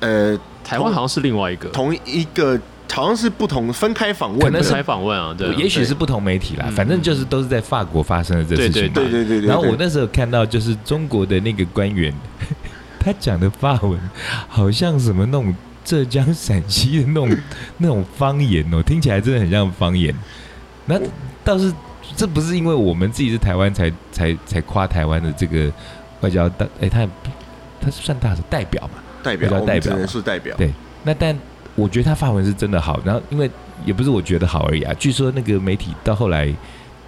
Speaker 2: 呃，
Speaker 3: 台湾好像是另外一个，
Speaker 2: 同一个好像是不同分开访
Speaker 4: 可
Speaker 2: 问
Speaker 4: 能
Speaker 2: 的，
Speaker 4: 是
Speaker 3: 采访问啊，对啊，
Speaker 4: 也许是不同媒体啦，反正就是都是在法国发生的这事情嘛。
Speaker 2: 嗯对对对对。
Speaker 4: 然后我
Speaker 2: 对
Speaker 4: 那时候看到，就是中国的那个官员， 他讲的法文好像什么那种浙江、陕西的 那种那种方言哦，听起来真的很像方言。那倒是这不是因为我们自己是台湾才才才夸台湾的这个外交大，哎，他他是算大使代表嘛？
Speaker 2: 代表
Speaker 4: 比较
Speaker 2: 我们
Speaker 4: 代表
Speaker 2: 只能
Speaker 4: 嘛
Speaker 2: 是代表
Speaker 4: 对，那但我觉得他法文是真的好，然后因为也不是我觉得好而已啊。据说那个媒体到后来，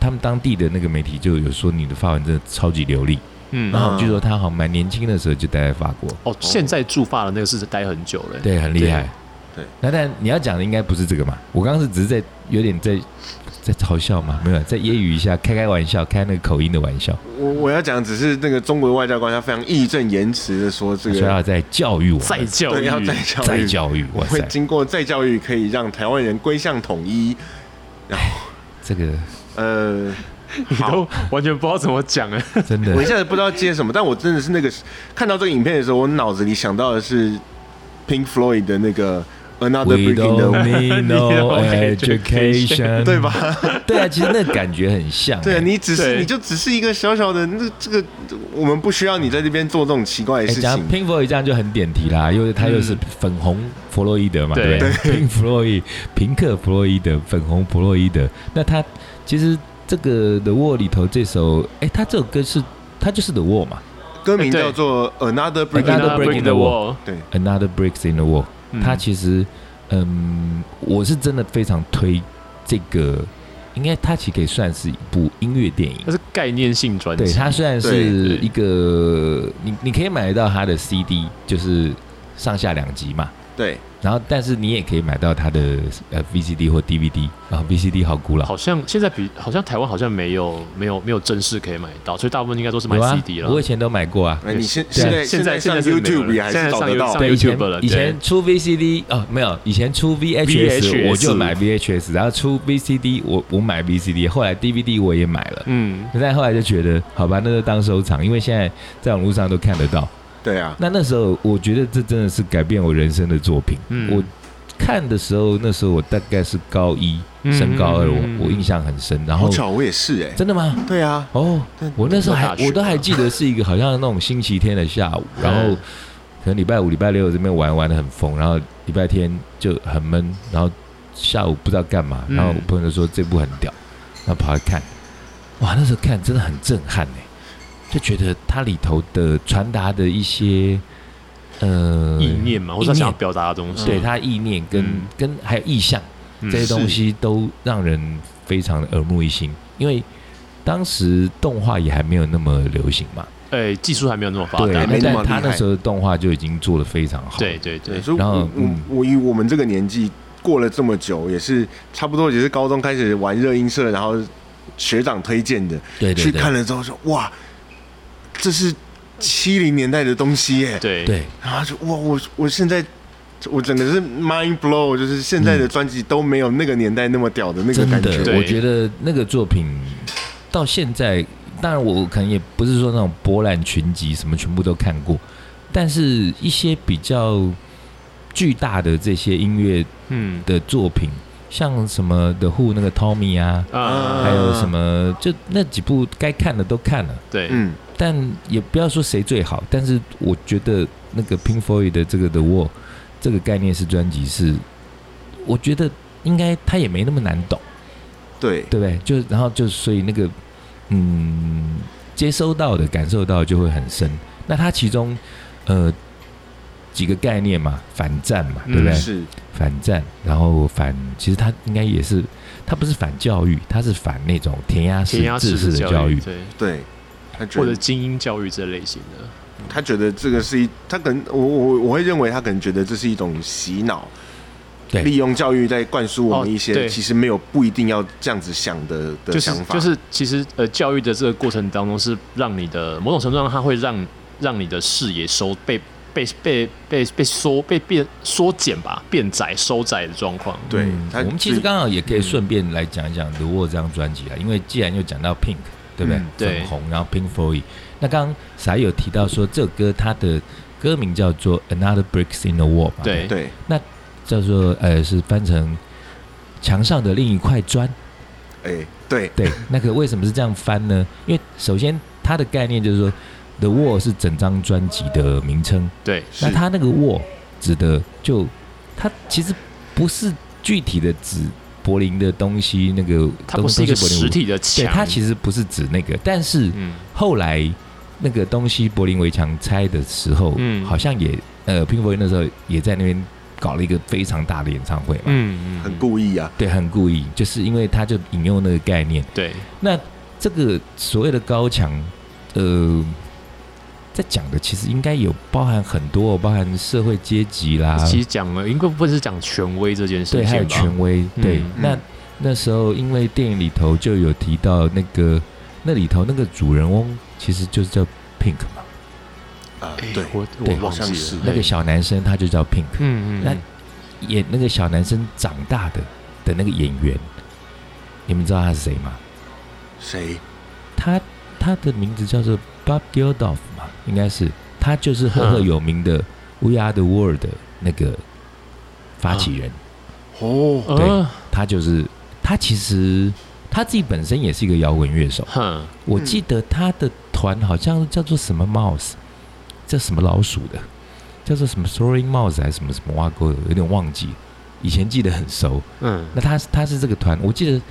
Speaker 4: 他们当地的那个媒体就有说你的法文真的超级流利。
Speaker 3: 嗯
Speaker 4: 然，后据说他好像蛮年轻的时候就待在法国，
Speaker 3: 哦，现在驻发的那个是待很久了，
Speaker 4: 对，很厉害。
Speaker 2: 对对
Speaker 4: 那但你要讲的应该不是这个嘛？我刚刚是只是在有点在在嘲笑嘛，没有啊在揶揄一下，开开玩笑，开那个口音的玩笑，
Speaker 2: 我我要讲，只是那个中国外交官他非常义正言辞的说这
Speaker 4: 所以要
Speaker 2: 个，
Speaker 4: 在教育我们，
Speaker 3: 再教
Speaker 2: 对，
Speaker 3: 育
Speaker 2: 要再教
Speaker 4: 再
Speaker 2: 育，
Speaker 4: 教育，哇
Speaker 2: 会
Speaker 4: 塞，
Speaker 2: 经过再教育可以让台湾人归向统一。然后，
Speaker 4: 这个
Speaker 2: 呃，
Speaker 3: 你
Speaker 2: 好
Speaker 3: 都完全不知道怎么讲哎，
Speaker 4: 真
Speaker 2: 我一
Speaker 4: 的
Speaker 2: 下子不知道接什么，但我真的是那个看到这个影片的时候，我脑子里想到的是 Pink Floyd 的那个 Another
Speaker 4: We
Speaker 2: breaking
Speaker 4: don't
Speaker 2: the
Speaker 4: need no education，
Speaker 2: 对？吧？
Speaker 4: 对啊，其实那感觉很像、
Speaker 2: 对啊，
Speaker 4: 欸
Speaker 2: 你只是
Speaker 3: 对
Speaker 2: 你就只是一个小小的那这个，我们不需要你在这边做这种奇怪的
Speaker 4: 哎，
Speaker 2: 事
Speaker 4: 讲
Speaker 2: 情。
Speaker 4: Pink Floyd 这样就很点题啦，因为他又是粉红弗洛伊德嘛，
Speaker 3: 对
Speaker 4: 对不对？Pink Floyd，平克弗洛伊德，粉红弗洛伊德。那他其实这个 The Wall 里头这首，哎，他这首歌是他就是 The Wall 嘛
Speaker 2: 歌名
Speaker 3: 对
Speaker 2: 叫做 Another breaking
Speaker 4: 哎 Another
Speaker 2: the
Speaker 4: Breaking
Speaker 3: breaking
Speaker 4: the
Speaker 3: the
Speaker 4: Wall
Speaker 3: wall，
Speaker 2: 对，
Speaker 4: ，Another Breaks in the Wall。
Speaker 3: 嗯
Speaker 4: 他其实，嗯，我是真的非常推这个，应该它其实可以算是一部音乐电影
Speaker 3: 它。是概念性专辑，
Speaker 4: 对，它虽然是
Speaker 3: 对
Speaker 4: 一个，你你可以买得到它的 CD，就是上下两集嘛。
Speaker 2: 对，
Speaker 4: 然后，但是你也可以买到它的呃 VCD 或 DVD 啊，VCD 好古老，
Speaker 3: 好像现在比好像台湾好像没有没有没有正式可以买到，所以大部分应该都是买
Speaker 4: 有啊
Speaker 3: CD 了。
Speaker 4: 我以前都买过啊。
Speaker 2: 哎，你现
Speaker 4: 对
Speaker 2: 现在
Speaker 3: 现
Speaker 2: 在
Speaker 3: 在
Speaker 2: 上
Speaker 3: 现在是没有
Speaker 2: YouTube
Speaker 3: 了
Speaker 2: 也还
Speaker 3: 现
Speaker 2: 是
Speaker 3: 在
Speaker 2: 找
Speaker 3: 上
Speaker 2: 得
Speaker 3: YouTube-
Speaker 2: 到
Speaker 3: 上
Speaker 4: 对，以前
Speaker 3: YouTube 了
Speaker 4: 以前
Speaker 3: 对
Speaker 4: 出 VCD 哦，没有，以前出 VHS
Speaker 3: VHS
Speaker 4: 我就买 VHS，然后出 VCD 我我买 VCD，后来 DVD 我也买了。
Speaker 3: 嗯，
Speaker 4: 但后来就觉得，好吧，那就当收藏，因为现在在网络上都看得到。
Speaker 2: 对啊，
Speaker 4: 那那时候，我觉得这真的是改变我人生的作品。
Speaker 3: 嗯
Speaker 4: 我看的时候，那时候我大概是高一
Speaker 3: 嗯
Speaker 4: 升高二，
Speaker 3: 嗯嗯嗯
Speaker 4: 我我印象很深。然后
Speaker 2: 好巧，我也是哎，
Speaker 4: 真的吗？
Speaker 2: 对啊，
Speaker 4: 哦
Speaker 2: 但，
Speaker 4: 我那时候还
Speaker 3: 大学
Speaker 4: 我都还记得是一个好像那种星期天的下午，然后
Speaker 3: 嗯
Speaker 4: 可能礼拜五、礼拜六这边玩玩的很疯，然后礼拜天就很闷，然后下午不知道干嘛，
Speaker 3: 嗯
Speaker 4: 然后我朋友就说这部很屌，然后跑来看，哇，那时候看真的很震撼呢、就觉得它里头的传达的一些呃
Speaker 3: 嗯意念嘛，或者
Speaker 4: 意
Speaker 3: 他
Speaker 4: 念
Speaker 3: 想要表达的东西，
Speaker 4: 对它意念跟、
Speaker 3: 嗯
Speaker 4: 跟还有意象。
Speaker 3: 嗯
Speaker 4: 这些东西都让人非常的耳目一新，因为当时动画也还没有那么流行嘛，
Speaker 3: 哎，技术还没有那么发
Speaker 4: 对，
Speaker 3: 达
Speaker 2: 还，没那么
Speaker 4: 但他
Speaker 2: 厉害
Speaker 4: 那时候的动画就已经做的非常好，
Speaker 3: 对对对
Speaker 2: 对，，所以
Speaker 4: 然
Speaker 2: 我
Speaker 4: 后
Speaker 2: 我
Speaker 4: 嗯
Speaker 2: 我以我们这个年纪过了这么久，也是差不多也是高中开始玩热音社，然后学长推荐的，
Speaker 4: 对对
Speaker 2: 去看
Speaker 4: 对，
Speaker 2: 了之后说哇，这是七零年代的东西耶，
Speaker 3: 对
Speaker 4: 对，
Speaker 2: 然后就哇，我我现在我整个是 mind blow，就是现在的专辑都没有那个年代那么屌的那个
Speaker 4: 嗯真
Speaker 2: 感
Speaker 4: 的，
Speaker 2: 觉。
Speaker 3: 对
Speaker 4: 我觉得那个作品到现在，当然我可能也不是说那种博览群集什么全部都看过，但是一些比较巨大的这些音乐
Speaker 3: 嗯
Speaker 4: 的作品，像什么 The Who 那个 Tommy 啊，
Speaker 3: 啊
Speaker 4: 还有什么，就那几部该看的都看了，
Speaker 3: 对，
Speaker 2: 嗯，
Speaker 4: 但也不要说谁最好，但是我觉得那个 Pink Floyd 的这个 The Wall 这个概念式专辑是，我觉得应该它也没那么难懂，
Speaker 2: 对，
Speaker 4: 对不对？就然后就所以那个嗯，接收到的感受到就会很深。那它其中呃几个概念嘛，反战嘛，对不对？
Speaker 3: 嗯
Speaker 2: 是
Speaker 4: 反战，然后反，其实他应该也是，他不是反教育，他是反那种填鸭式
Speaker 3: 填鸭
Speaker 4: 制式
Speaker 3: 式
Speaker 4: 的
Speaker 3: 教
Speaker 4: 育。
Speaker 3: 对，
Speaker 2: 对。他觉
Speaker 3: 或者
Speaker 2: 得
Speaker 3: 精英教育这类型的，
Speaker 2: 他觉得这个是一，他可能我我我会认为他可能觉得这是一种洗脑，
Speaker 4: 对
Speaker 2: 利用教育在灌输我们
Speaker 3: 哦
Speaker 2: 一些
Speaker 3: 对
Speaker 2: 其实没有不一定要这样子想的的
Speaker 3: 就是
Speaker 2: 想法，
Speaker 3: 就是其实呃，教育的这个过程当中是让你的某种程度上，它会让让你的视野收被被被被被缩被变缩减吧，变窄收窄的状况。
Speaker 2: 对
Speaker 4: 嗯
Speaker 2: 他
Speaker 4: 我们其实
Speaker 2: 最
Speaker 4: 刚好也可以顺便来讲一讲《The Wall》这张专辑啊，因为既然又讲到 Pink，对不对？
Speaker 2: 嗯
Speaker 3: 对
Speaker 4: 粉红，然后 Pink Floyd。那刚刚才有提到说，这首歌它的歌名叫做《Another Bricks in the Wall》嘛，
Speaker 3: 对
Speaker 2: 对
Speaker 4: 叫做呃是翻成墙上的另一块砖。
Speaker 2: 哎对
Speaker 4: 对，那个为什么是这样翻呢？因为首先它的概念就是说，《The Wall》是整张专辑的名称，
Speaker 3: 对
Speaker 2: 是
Speaker 4: 那它那个 Wall 指的就它其实不是具体的指柏林的东西，那个
Speaker 3: 它不是一个实，体的
Speaker 4: 都都柏林围对，
Speaker 3: 墙，
Speaker 4: 它其实不是指那个，但是
Speaker 3: 嗯
Speaker 4: 后来那个东西柏林围墙拆的时候，
Speaker 3: 嗯
Speaker 4: 好像也呃，拼搏那时候也在那边搞了一个非常大的演唱会嘛，
Speaker 3: 嗯嗯
Speaker 2: 很故意啊，
Speaker 4: 对，很故意，就是因为他就引用那个概念。
Speaker 3: 对
Speaker 4: 那这个所谓的高墙，呃，在讲的其实应该有包含很多哦，包含社会阶级啦，
Speaker 3: 其实讲了，应该不是讲权威这件事情
Speaker 4: 啊对，
Speaker 3: 吧，
Speaker 4: 还有权威，
Speaker 3: 嗯
Speaker 4: 对。
Speaker 3: 嗯
Speaker 4: 那那时候因为电影里头就有提到那个那里头那个主人翁其实就是叫 Pink 嘛，
Speaker 2: 啊
Speaker 3: 哎
Speaker 2: 对
Speaker 3: 我
Speaker 4: 对
Speaker 3: 我
Speaker 2: 好
Speaker 3: 忘
Speaker 2: 像
Speaker 3: 记
Speaker 2: 是
Speaker 3: 了
Speaker 4: 那个，小男生他就叫 Pink，、
Speaker 3: 哎嗯嗯，
Speaker 4: 那演那个小男生长大的的那个演员，你们知道他是谁吗？
Speaker 2: 谁
Speaker 4: 他他的名字叫做 Bob Geldof 嘛，应该是他就是赫赫有名的《We Are the World》的那个发起人，
Speaker 2: 哦，
Speaker 3: 呃，
Speaker 4: 他就是他其实他自己本身也是一个摇滚乐手，
Speaker 3: 哼，
Speaker 4: 我记得他的团好像叫做什么 Mouse，叫什么老鼠的，叫做什么 Soaring Mouse 还是什么什么挖沟的，有点忘记，以前记得很熟。
Speaker 3: 嗯，
Speaker 4: 那他他是这个团，我记得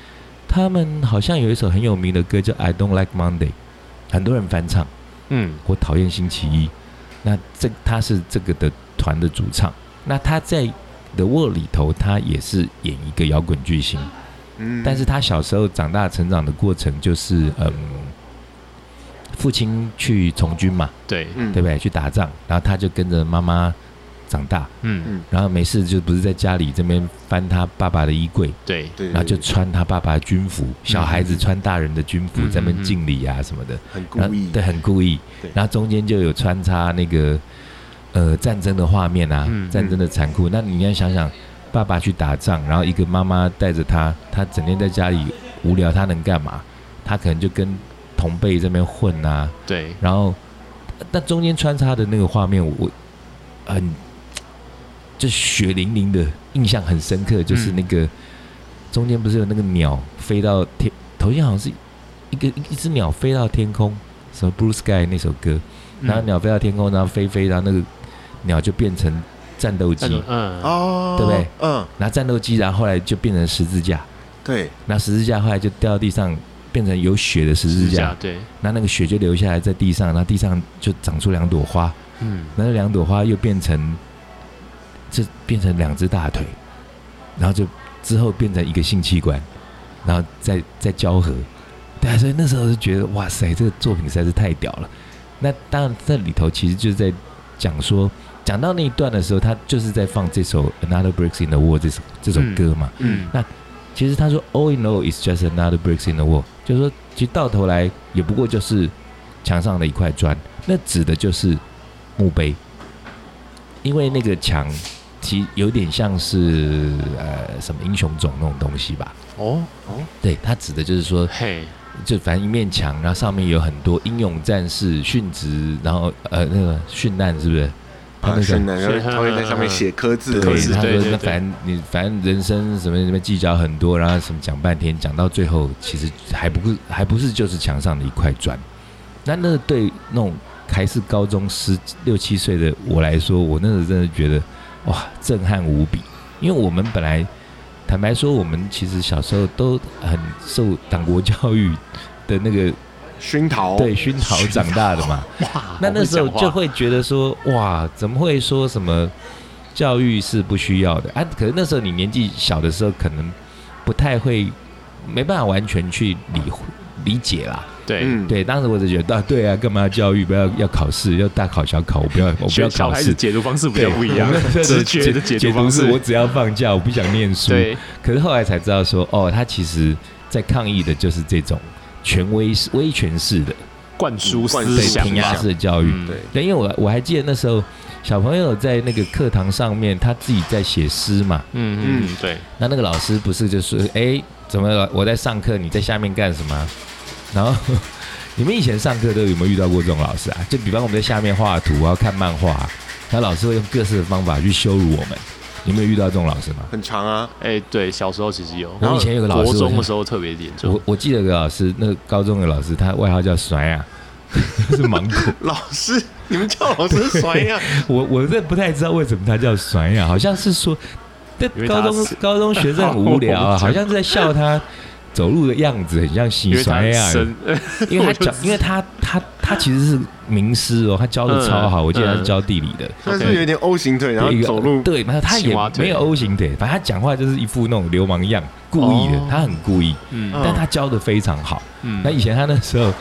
Speaker 4: 他们好像有一首很有名的歌叫《I Don't Like Monday》，很多人翻唱。
Speaker 3: 嗯，
Speaker 4: 我讨厌星期一。那这他是这个的团的主唱，那他在 The Wall 里头，他也是演一个摇滚巨星，
Speaker 2: 嗯
Speaker 4: 但是他小时候长大成长的过程就是，嗯，父亲去从军嘛，
Speaker 3: 对，
Speaker 2: 嗯
Speaker 4: 对不对？去打仗，然后他就跟着妈妈长大，
Speaker 3: 嗯，
Speaker 4: 然后没事就不是在家里这边翻他爸爸的衣柜，
Speaker 3: 对，
Speaker 2: 对，
Speaker 4: 然后就穿他爸爸的军服，小孩子穿大人的军服
Speaker 3: 嗯
Speaker 4: 在那边敬礼啊什么的，
Speaker 2: 很故
Speaker 4: 然后
Speaker 2: 意，
Speaker 4: 对，很故意
Speaker 2: 对。
Speaker 4: 然后中间就有穿插那个呃战争的画面啊，
Speaker 3: 嗯
Speaker 4: 战争的残酷。那你要想想，爸爸去打仗，然后一个妈妈带着他，他整天在家里无聊，他能干嘛？他可能就跟同辈这边混啊，
Speaker 2: 嗯
Speaker 3: 对，嗯
Speaker 4: 然后那中间穿插的那个画面，我我很就血淋淋的印象很深刻，就是
Speaker 3: 嗯
Speaker 4: 那个、中间不是有那个鸟飞到天，头先好像是一个一只鸟飞到天空，什么 Blue Sky 那首歌，然后鸟飞到天空，然后飞飞，然后那个鸟就变成战斗机
Speaker 3: 那，种，嗯，
Speaker 2: 哦，
Speaker 4: 对不对？
Speaker 2: 嗯，
Speaker 4: 然后战斗机，然后后来就变成十字架，
Speaker 2: 对，
Speaker 4: 那十字架后来就掉到地上，变成有血的十字架，
Speaker 3: 对，
Speaker 4: 那那个血就流下来在地上，然后地上就长出两朵花，
Speaker 3: 嗯，
Speaker 4: 那两朵花又变成，这变成两只大腿，然后就之后变成一个性器官，然后再再交合，对啊，所以那时候就觉得哇塞，这个作品实在是太屌了。那当然这里头其实就是在讲说，讲到那一段的时候，他就是在放这首《Another Breaks in the Wall》这首这首歌嘛。
Speaker 3: 嗯，
Speaker 4: 其实他说 “All in all is just another bricks in the wall”，就是说，其实到头来也不过就是墙上的一块砖，那指的就是墓碑，因为那个墙其实有点像是呃什么英雄冢那种东西吧。
Speaker 3: 哦，
Speaker 4: 对，它指的就是说，
Speaker 3: 嘿，
Speaker 4: 就反正一面墙，然后上面有很多英勇战士殉职，然后呃那个殉难是不是？他那
Speaker 2: 啊，
Speaker 4: 个
Speaker 2: 是男，然
Speaker 3: 是
Speaker 2: 后他会在上面写刻字，
Speaker 3: 对
Speaker 2: 刻
Speaker 4: 对，
Speaker 2: 字
Speaker 4: 他
Speaker 3: 对
Speaker 4: 说
Speaker 3: 对
Speaker 4: 那
Speaker 3: 对
Speaker 4: 反正你反正人生什么什么计较很多，然后什么讲半天，讲到最后其实还不是还不是就是墙上的一块砖。那那对那种还是高中十六七岁的我来说，我那时候真的觉得哇震撼无比，因为我们本来坦白说，我们其实小时候都很受党国教育的那个
Speaker 2: 熏陶，
Speaker 4: 对熏陶
Speaker 2: 哦熏陶
Speaker 4: 长大的嘛。
Speaker 3: 哇，
Speaker 4: 那
Speaker 3: 好
Speaker 4: 那
Speaker 3: 会
Speaker 4: 时候
Speaker 3: 讲话
Speaker 4: 就，会觉得说，哇，怎么会说什么教育是不需要的啊？可是那时候你年纪小的时候，可能不太会，没办法完全去理理解啦。
Speaker 3: 对，
Speaker 2: 嗯，
Speaker 4: 对，当时我就觉得，啊，对啊，干嘛要教育？不要要考试，要大考小考，我不要，我不要
Speaker 3: 学小
Speaker 4: 考
Speaker 3: 孩子
Speaker 4: 试。
Speaker 3: 解读方式比
Speaker 4: 对
Speaker 3: 较，不一样
Speaker 4: 我那，时候
Speaker 3: 直觉的解
Speaker 4: 解
Speaker 3: 读方式嗯
Speaker 4: 是，我只要放假，我不想念书。
Speaker 3: 对，
Speaker 4: 可是后来才知道说，哦，他其实在抗议的就是这种权威威权式的
Speaker 3: 灌输
Speaker 2: 灌
Speaker 3: 思
Speaker 2: 输
Speaker 4: 对
Speaker 3: 想啊
Speaker 4: 填
Speaker 2: 嘛
Speaker 4: 鸭
Speaker 3: 吧，
Speaker 4: 式的教育。
Speaker 3: 嗯
Speaker 2: 对，
Speaker 4: 对，因为我我还记得那时候小朋友在那个课堂上面，他自己在写诗嘛。
Speaker 3: 嗯嗯，对，
Speaker 4: 那那个老师不是就说：“哎，怎么了我在上课，你在下面干什么啊？”然后你们以前上课都有没有遇到过这种老师啊？就比方我们在下面画图，然后看漫画啊，然后老师会用各式的方法去羞辱我们。你们有遇到这种老师吗？
Speaker 2: 很长啊，
Speaker 3: 哎，对，小时候其实有，
Speaker 4: 我以前有个老师
Speaker 3: 国
Speaker 4: 我
Speaker 3: 中
Speaker 4: 是
Speaker 3: 的时候特别严重
Speaker 4: 我，我记得有个老师，那个高中的老师，他外号叫“甩啊”， 是芒果。
Speaker 2: 老师，你们叫老 师啊甩呀，
Speaker 4: 我我这不太知道为什么他叫甩呀，好像是说，这
Speaker 3: 因为他
Speaker 4: 高中
Speaker 3: 是
Speaker 4: 高中学生很无 聊啊，
Speaker 3: 我不知道
Speaker 4: 好像是在笑他走路的样子很像洗
Speaker 3: 因为他
Speaker 4: 甩呀，
Speaker 3: 生，
Speaker 4: 因为他
Speaker 3: 我就
Speaker 4: 教，因为他他他其实是名师哦，他教的超好，
Speaker 3: 嗯
Speaker 4: 我记得他是
Speaker 3: 嗯
Speaker 4: 教地理的。
Speaker 2: 他
Speaker 3: OK
Speaker 2: 是有点 O 型腿，然后
Speaker 4: 对一个
Speaker 2: 走路，
Speaker 4: 对，然后他也
Speaker 3: 青蛙腿
Speaker 4: 没有 O 型腿，反正他讲话就是一副那种流氓样，故意的
Speaker 3: 哦，
Speaker 4: 他很故意，
Speaker 3: 嗯
Speaker 4: 但他教的非常好。
Speaker 3: 嗯，
Speaker 4: 那以前他那时候，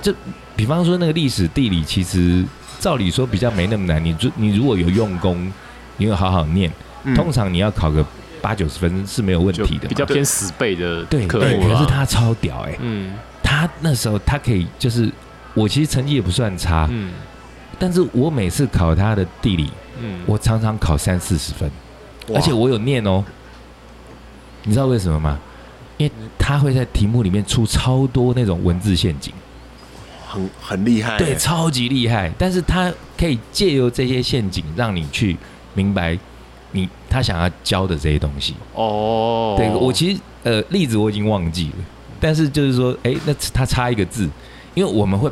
Speaker 4: 就比方说那个历史地理，其实照理说比较没那么难。你如你如果有用功，你有好好念，
Speaker 2: 嗯
Speaker 4: 通常你要考个八九十分是没有问
Speaker 3: 就
Speaker 4: 题的嘛。
Speaker 3: 比较偏死背的
Speaker 4: 对，
Speaker 3: 科
Speaker 4: 对
Speaker 3: 目
Speaker 4: 可
Speaker 3: 啦
Speaker 4: 是他超屌哎、
Speaker 3: 嗯
Speaker 4: 他那时候他可以就是，我其实成绩也不算差，
Speaker 3: 嗯
Speaker 4: 但是我每次考他的地理，
Speaker 3: 嗯，
Speaker 4: 我常常考三四十分，
Speaker 2: 哇
Speaker 4: 而且我有念哦。你知道为什么吗？因为他会在题目里面出超多那种文字陷阱。
Speaker 2: 很很厉害，
Speaker 3: 哎
Speaker 2: 嗯
Speaker 4: 对，超级厉害。但是他可以借由这些陷阱，让你去明白你他想要教的这些东西。
Speaker 3: 哦，
Speaker 4: 对我其实呃例子我已经忘记了，但是就是说，哎，那他差一个字，因为我们会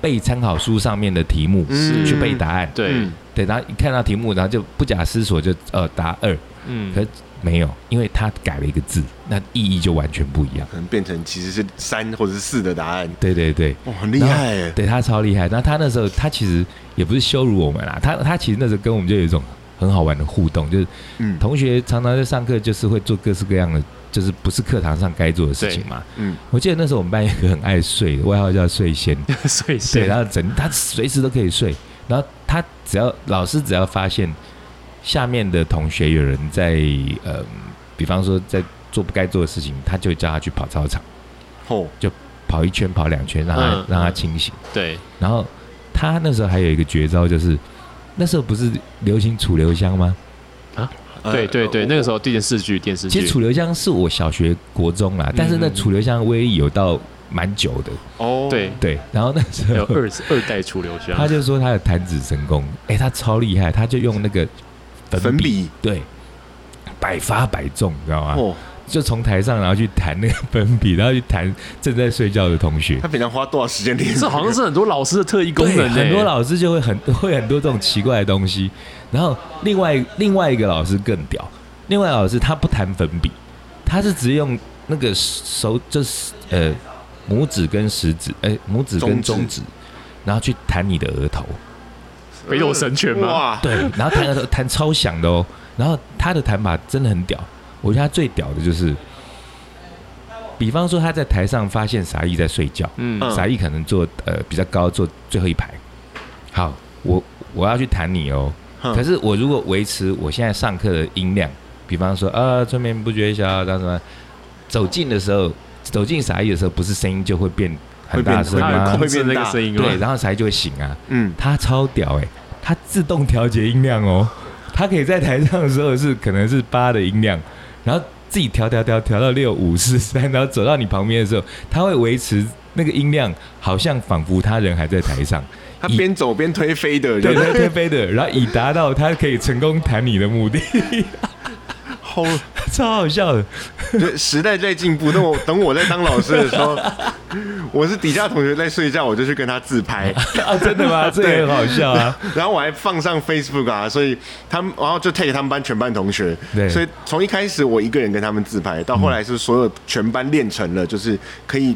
Speaker 4: 背参考书上面的题目、
Speaker 2: 嗯
Speaker 4: 去背答案，
Speaker 3: 对，
Speaker 2: 嗯
Speaker 4: 对，然后一看到题目，然后就不假思索就呃答二，
Speaker 3: 嗯
Speaker 4: 可没有，因为他改了一个字，那意义就完全不一样。
Speaker 2: 可能变成其实是三或者是四的答案，
Speaker 4: 对对对，
Speaker 2: 哇，很厉害耶！
Speaker 4: 对他超厉害。那他那时候他其实也不是羞辱我们啦，他他其实那时候跟我们就有一种很好玩的互动，就是
Speaker 2: 嗯
Speaker 4: 同学常常在上课就是会做各式各样的，就是不是课堂上该做的事情嘛。
Speaker 2: 嗯，
Speaker 4: 我记得那时候我们班有一个很爱睡的，外号叫 睡仙，
Speaker 3: 所以
Speaker 4: 对，
Speaker 3: 是
Speaker 4: 然后整他随时都可以睡，然后他只要老师只要发现下面的同学有人在呃，比方说在做不该做的事情，他就叫他去跑操场，
Speaker 2: 吼，
Speaker 4: 跑一圈跑两圈，让他、
Speaker 3: 嗯
Speaker 4: 让他
Speaker 3: 嗯
Speaker 4: 清醒。
Speaker 3: 对，
Speaker 4: 然后他那时候还有一个绝招，就是那时候不是流行楚留香吗？
Speaker 2: 呃
Speaker 3: 对对对，
Speaker 2: 我
Speaker 3: 那个时候电视剧电视
Speaker 4: 其
Speaker 3: 剧
Speaker 4: 实，楚留香是我小学国中啦，但是那
Speaker 3: 嗯
Speaker 4: 楚留香的威力有到蛮久的，
Speaker 2: 哦，
Speaker 3: 对
Speaker 4: 对。然后那
Speaker 3: 还
Speaker 4: 时
Speaker 3: 有
Speaker 4: 候
Speaker 3: 二二代楚留香，
Speaker 4: 他就说他的弹指神功，哎，他超厉害，他就用那个
Speaker 2: 粉笔，
Speaker 4: 对。百发百中，你知道吗？
Speaker 2: 哦，
Speaker 4: 就从台上，然后去弹那个粉笔，然后去弹正在睡觉的同学
Speaker 2: 他。平常花多少时间练？
Speaker 3: 这好像是很多老师的特异功
Speaker 4: 对，
Speaker 3: 能呢，欸
Speaker 4: 很多老师就会很 会很多这种奇怪的东西。然后另外另外一个老师更屌，另外一个老师他不弹粉笔，他是直接用那个手就是呃拇指跟食指，哎、拇指跟
Speaker 2: 中指
Speaker 4: 中指，然后去弹你的额头，
Speaker 3: 北斗神拳吗
Speaker 2: 哇，
Speaker 4: 对，然后弹额头弹超响的哦。然后他的弹法真的很屌，我觉得他最屌的就是，比方说他在台上发现傻义在睡觉，
Speaker 3: 嗯
Speaker 2: 嗯
Speaker 4: 傻义可能坐呃比较高，坐最后一排。好，我我要去弹你哦。
Speaker 2: 哼
Speaker 4: 可是我如果维持我现在上课的音量，比方说啊，春眠不觉晓，然后什么，走近的时候，走近傻义的时候，不是声音就会变很
Speaker 2: 会变
Speaker 4: 大声
Speaker 2: 会
Speaker 3: 他
Speaker 2: 变
Speaker 4: 吗
Speaker 3: 有？控制那个声音吗
Speaker 4: 对，，然后傻义就会醒啊。
Speaker 2: 嗯，
Speaker 4: 他超屌哎、他自动调节音量哦，他可以在台上的时候是可能是八的音量，然后自己调调调调到六五四三，然后走到你旁边的时候，他会维持那个音量，好像仿佛他人还在台上，
Speaker 2: 他边走边推飞的
Speaker 4: 对，
Speaker 2: 人，
Speaker 4: 在飞飞的，然后以达到他可以成功弹你的目的，
Speaker 2: 好，
Speaker 4: 超好笑的。
Speaker 2: 对时代在进步。那我等我在当老师的时候， 我是底下同学在睡觉，我就去跟他自拍。
Speaker 4: 啊，真的吗？这也很好笑啊！
Speaker 2: 然后我还放上 Facebook 啊，所以他们，然后就 take 他们班全班同学，
Speaker 4: 对
Speaker 2: 所以从一开始我一个人跟他们自拍，到后来是所有全班练成了，就是可以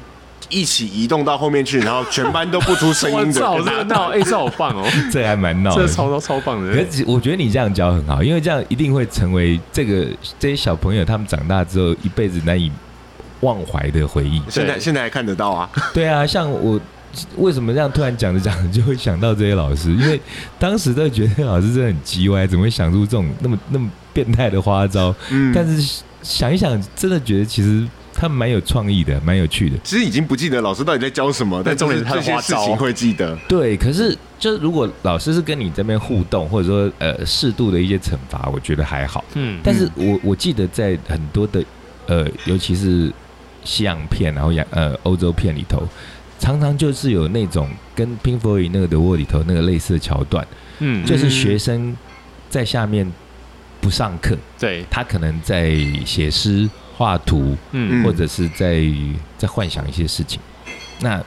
Speaker 2: 一起移动到后面去，然后全班都不出声
Speaker 3: 哇，
Speaker 2: 音
Speaker 3: 这 好
Speaker 2: 的，
Speaker 3: 热闹，哎，这好棒 哦，
Speaker 4: 这还蛮闹
Speaker 3: 这
Speaker 4: 的，
Speaker 3: 超超超棒
Speaker 4: 可
Speaker 3: 的
Speaker 4: 是，其我觉得你这样教很好，因为这样一定会成为这个这些小朋友他们长大之后一辈子难以忘怀的回 忆。
Speaker 2: 现在
Speaker 3: 对
Speaker 2: 现在还看得到啊，
Speaker 4: 对啊，像我为什么这样突然讲着讲着就会想到这些老师？因为当时都觉得老师真的很鸡歪，怎么会想出这种那么那么变态的花招？
Speaker 2: 嗯，
Speaker 4: 但是想一想，真的觉得其实他们蛮有创意的，蛮有趣的。
Speaker 2: 其实已经不记得老师到底在教什么，但
Speaker 3: 但重点是他
Speaker 2: 就
Speaker 3: 的
Speaker 2: 是这些
Speaker 3: 花
Speaker 2: 事
Speaker 3: 招
Speaker 2: 情会记得，
Speaker 4: 对，可是就是如果老师是跟你这边互动，或者说呃适度的一些惩罚，我觉得还好。
Speaker 3: 嗯，
Speaker 4: 但是我我记得在很多的呃，尤其是西洋片，然后洋呃欧洲片里头，常常就是有那种跟《Pink Floyd》那个《The Wall》里头那个类似的桥段，
Speaker 3: 嗯，
Speaker 4: 就是
Speaker 2: 嗯
Speaker 4: 学生在下面不上课，
Speaker 3: 对，
Speaker 4: 他可能在写诗、画图，
Speaker 3: 嗯
Speaker 2: 嗯
Speaker 4: 或者是在在幻想一些事情。那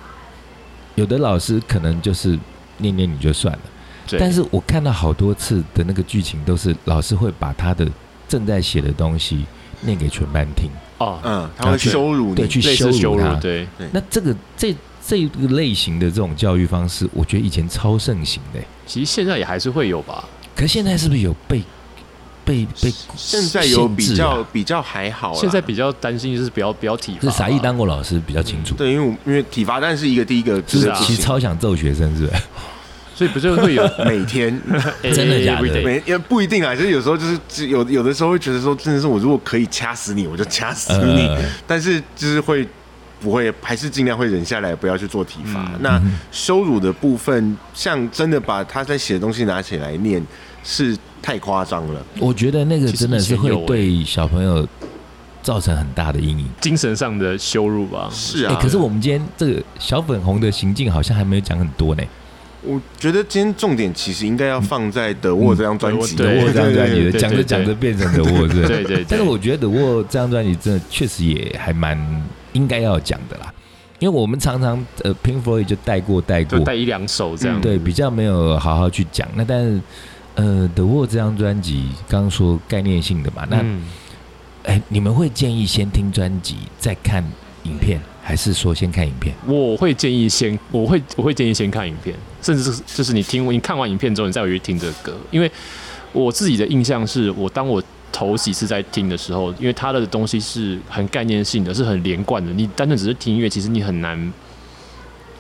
Speaker 4: 有的老师可能就是念念你就算了。
Speaker 3: 对，
Speaker 4: 但是我看到好多次的那个剧情都是老师会把他的正在写的东西念给全班听，
Speaker 3: 哦，
Speaker 2: 嗯，他会
Speaker 4: 对
Speaker 2: 羞辱
Speaker 4: 对，
Speaker 2: 你，
Speaker 4: 去
Speaker 3: 类似羞
Speaker 4: 辱
Speaker 3: 辱
Speaker 4: 他。，
Speaker 3: 对，
Speaker 4: 那这个这这个类型的这种教育方式，我觉得以前超盛行的，
Speaker 3: 其实现在也还是会有吧，
Speaker 4: 可是现在是不是有被被被
Speaker 2: 现在有比
Speaker 4: 限制
Speaker 2: 较
Speaker 4: 啊？
Speaker 2: 比较还好啦，
Speaker 3: 现在比较担心就是不要不要体罚
Speaker 4: 是
Speaker 3: 啊，
Speaker 4: 傻一当过老师比较清楚，
Speaker 2: 对，因为我因为体罚单是一个第一个知
Speaker 4: 是不
Speaker 2: 道
Speaker 4: 是
Speaker 2: 的？
Speaker 3: 啊
Speaker 4: 其
Speaker 2: 事
Speaker 4: 实
Speaker 2: 情，
Speaker 4: 超想揍学 生，是不是？
Speaker 3: 所以不就会有哎
Speaker 2: 每天
Speaker 4: 真的假的
Speaker 3: everyday
Speaker 2: 没也不一定啊，就是有时候就是只有有的时候会觉得说，真的是我如果可以掐死你，我就掐死你，
Speaker 4: 呃
Speaker 2: 但是就是会不会还是尽量会忍下来，不要去做体罚。
Speaker 4: 嗯
Speaker 2: 那羞辱的部分，像真的把他在写的东西拿起来念，是太夸张了。
Speaker 4: 我觉得那个
Speaker 3: 其实
Speaker 4: 真的
Speaker 3: 以
Speaker 4: 是
Speaker 3: 前
Speaker 4: 会
Speaker 3: 有欸
Speaker 4: 对小朋友造成很大的阴影。
Speaker 3: 精神上的羞辱吧，
Speaker 2: 是
Speaker 4: 哎、
Speaker 2: 啊，
Speaker 4: 可是我们今天这个小粉红的行径好像还没有讲很多呢。
Speaker 2: 我觉得今天重点其实应该要放在德
Speaker 4: 嗯
Speaker 2: 沃这张专辑，
Speaker 3: 对
Speaker 4: 我这张专辑的，
Speaker 3: 对
Speaker 4: 讲着
Speaker 3: 对
Speaker 4: 讲着
Speaker 3: 对
Speaker 4: 变成德沃这，
Speaker 3: 对对对
Speaker 4: 但是我觉得德沃这张专辑真的确实也还蛮应该要讲的啦，因为我们常常呃 Pink Floyd 就带过带过
Speaker 3: 就，带一两首这样。
Speaker 2: 嗯
Speaker 4: 对，比较没有好好去讲。那但是呃德沃这张专辑刚刚说概念性的嘛，那
Speaker 3: 嗯
Speaker 4: 哎、你们会建议先听专辑再看影片，还是说先看影片？
Speaker 3: 我会建议先，我会我会建议先看影片，甚至是就是你听你看完影片之后，你再回去听这个歌。因为我自己的印象是，我当我头几次在听的时候，因为它的东西是很概念性的，是很连贯的。你单纯只是听音乐，其实你很难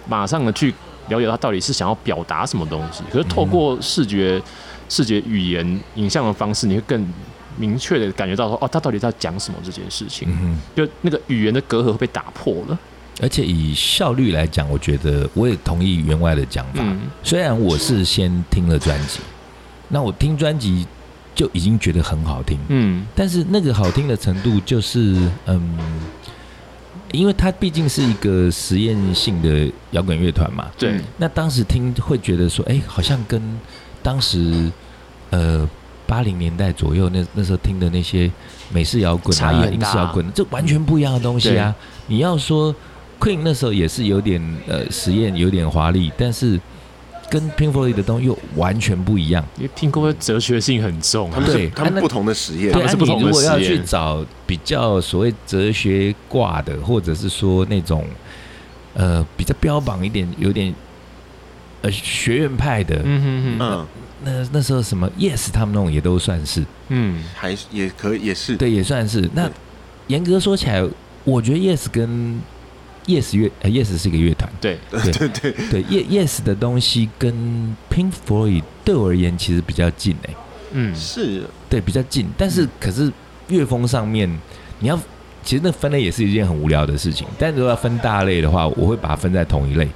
Speaker 3: 马上的去了解它到底是想要表达什么东西。可是透过视觉、视觉语言、影像的方式，你会更明确的感觉到说，哦，他到底在讲什么这件事情。
Speaker 4: 嗯哼。
Speaker 3: 就那个语言的隔阂会被打破了。
Speaker 4: 而且以效率来讲，我觉得我也同意员外的讲法。
Speaker 3: 嗯
Speaker 4: 虽然我是先听了专辑，那我听专辑就已经觉得很好听，
Speaker 3: 嗯。
Speaker 4: 但是那个好听的程度就是，嗯，因为它毕竟是一个实验性的摇滚乐团嘛，
Speaker 2: 嗯
Speaker 3: 对，
Speaker 4: 那当时听会觉得说，哎、好像跟当时呃八零年代左右那那时候听的那些美式摇滚
Speaker 3: 差异
Speaker 4: 啊、
Speaker 3: 很
Speaker 4: 英
Speaker 3: 大
Speaker 4: 式摇滚，这完全不一样的东西啊。你要说 Queen 那时候也是有点呃实验，有点华丽，但是跟 Pink Floyd 的东西又完全不一样。
Speaker 3: 因为 Pink Floyd 哲学性很重
Speaker 2: 他
Speaker 3: 啊，
Speaker 2: 们是
Speaker 4: 对
Speaker 2: 他们
Speaker 4: 那
Speaker 2: 不同的实验
Speaker 3: 他
Speaker 4: 对，，
Speaker 3: 们
Speaker 4: 啊
Speaker 3: 是不同
Speaker 4: 你
Speaker 3: 的
Speaker 4: 如果要
Speaker 3: 实
Speaker 4: 去
Speaker 3: 验
Speaker 4: 找比较所谓哲学挂的，或者是说那种呃比较标榜一点、有点呃学院派的，
Speaker 3: 嗯哼哼，
Speaker 2: 嗯，
Speaker 4: 那那时候什么 Yes 他们那种也都算是，
Speaker 3: 嗯，
Speaker 2: 还是也可以也是
Speaker 4: 对，也算是。那
Speaker 2: 对
Speaker 4: 严格说起来，我觉得 Yes 跟 Yes 乐、呃、，Yes 是一个乐团，
Speaker 3: 对，
Speaker 2: 对对
Speaker 4: 对 Yes Yes 的东西跟 Pink Floyd 对我而言其实比较近诶、
Speaker 3: 嗯，
Speaker 2: 是，
Speaker 4: 对，比较近。但
Speaker 2: 嗯
Speaker 4: 是可是乐风上面，你要其实那分类也是一件很无聊的事情。但如果要分大类的话，我会把它分在同一类。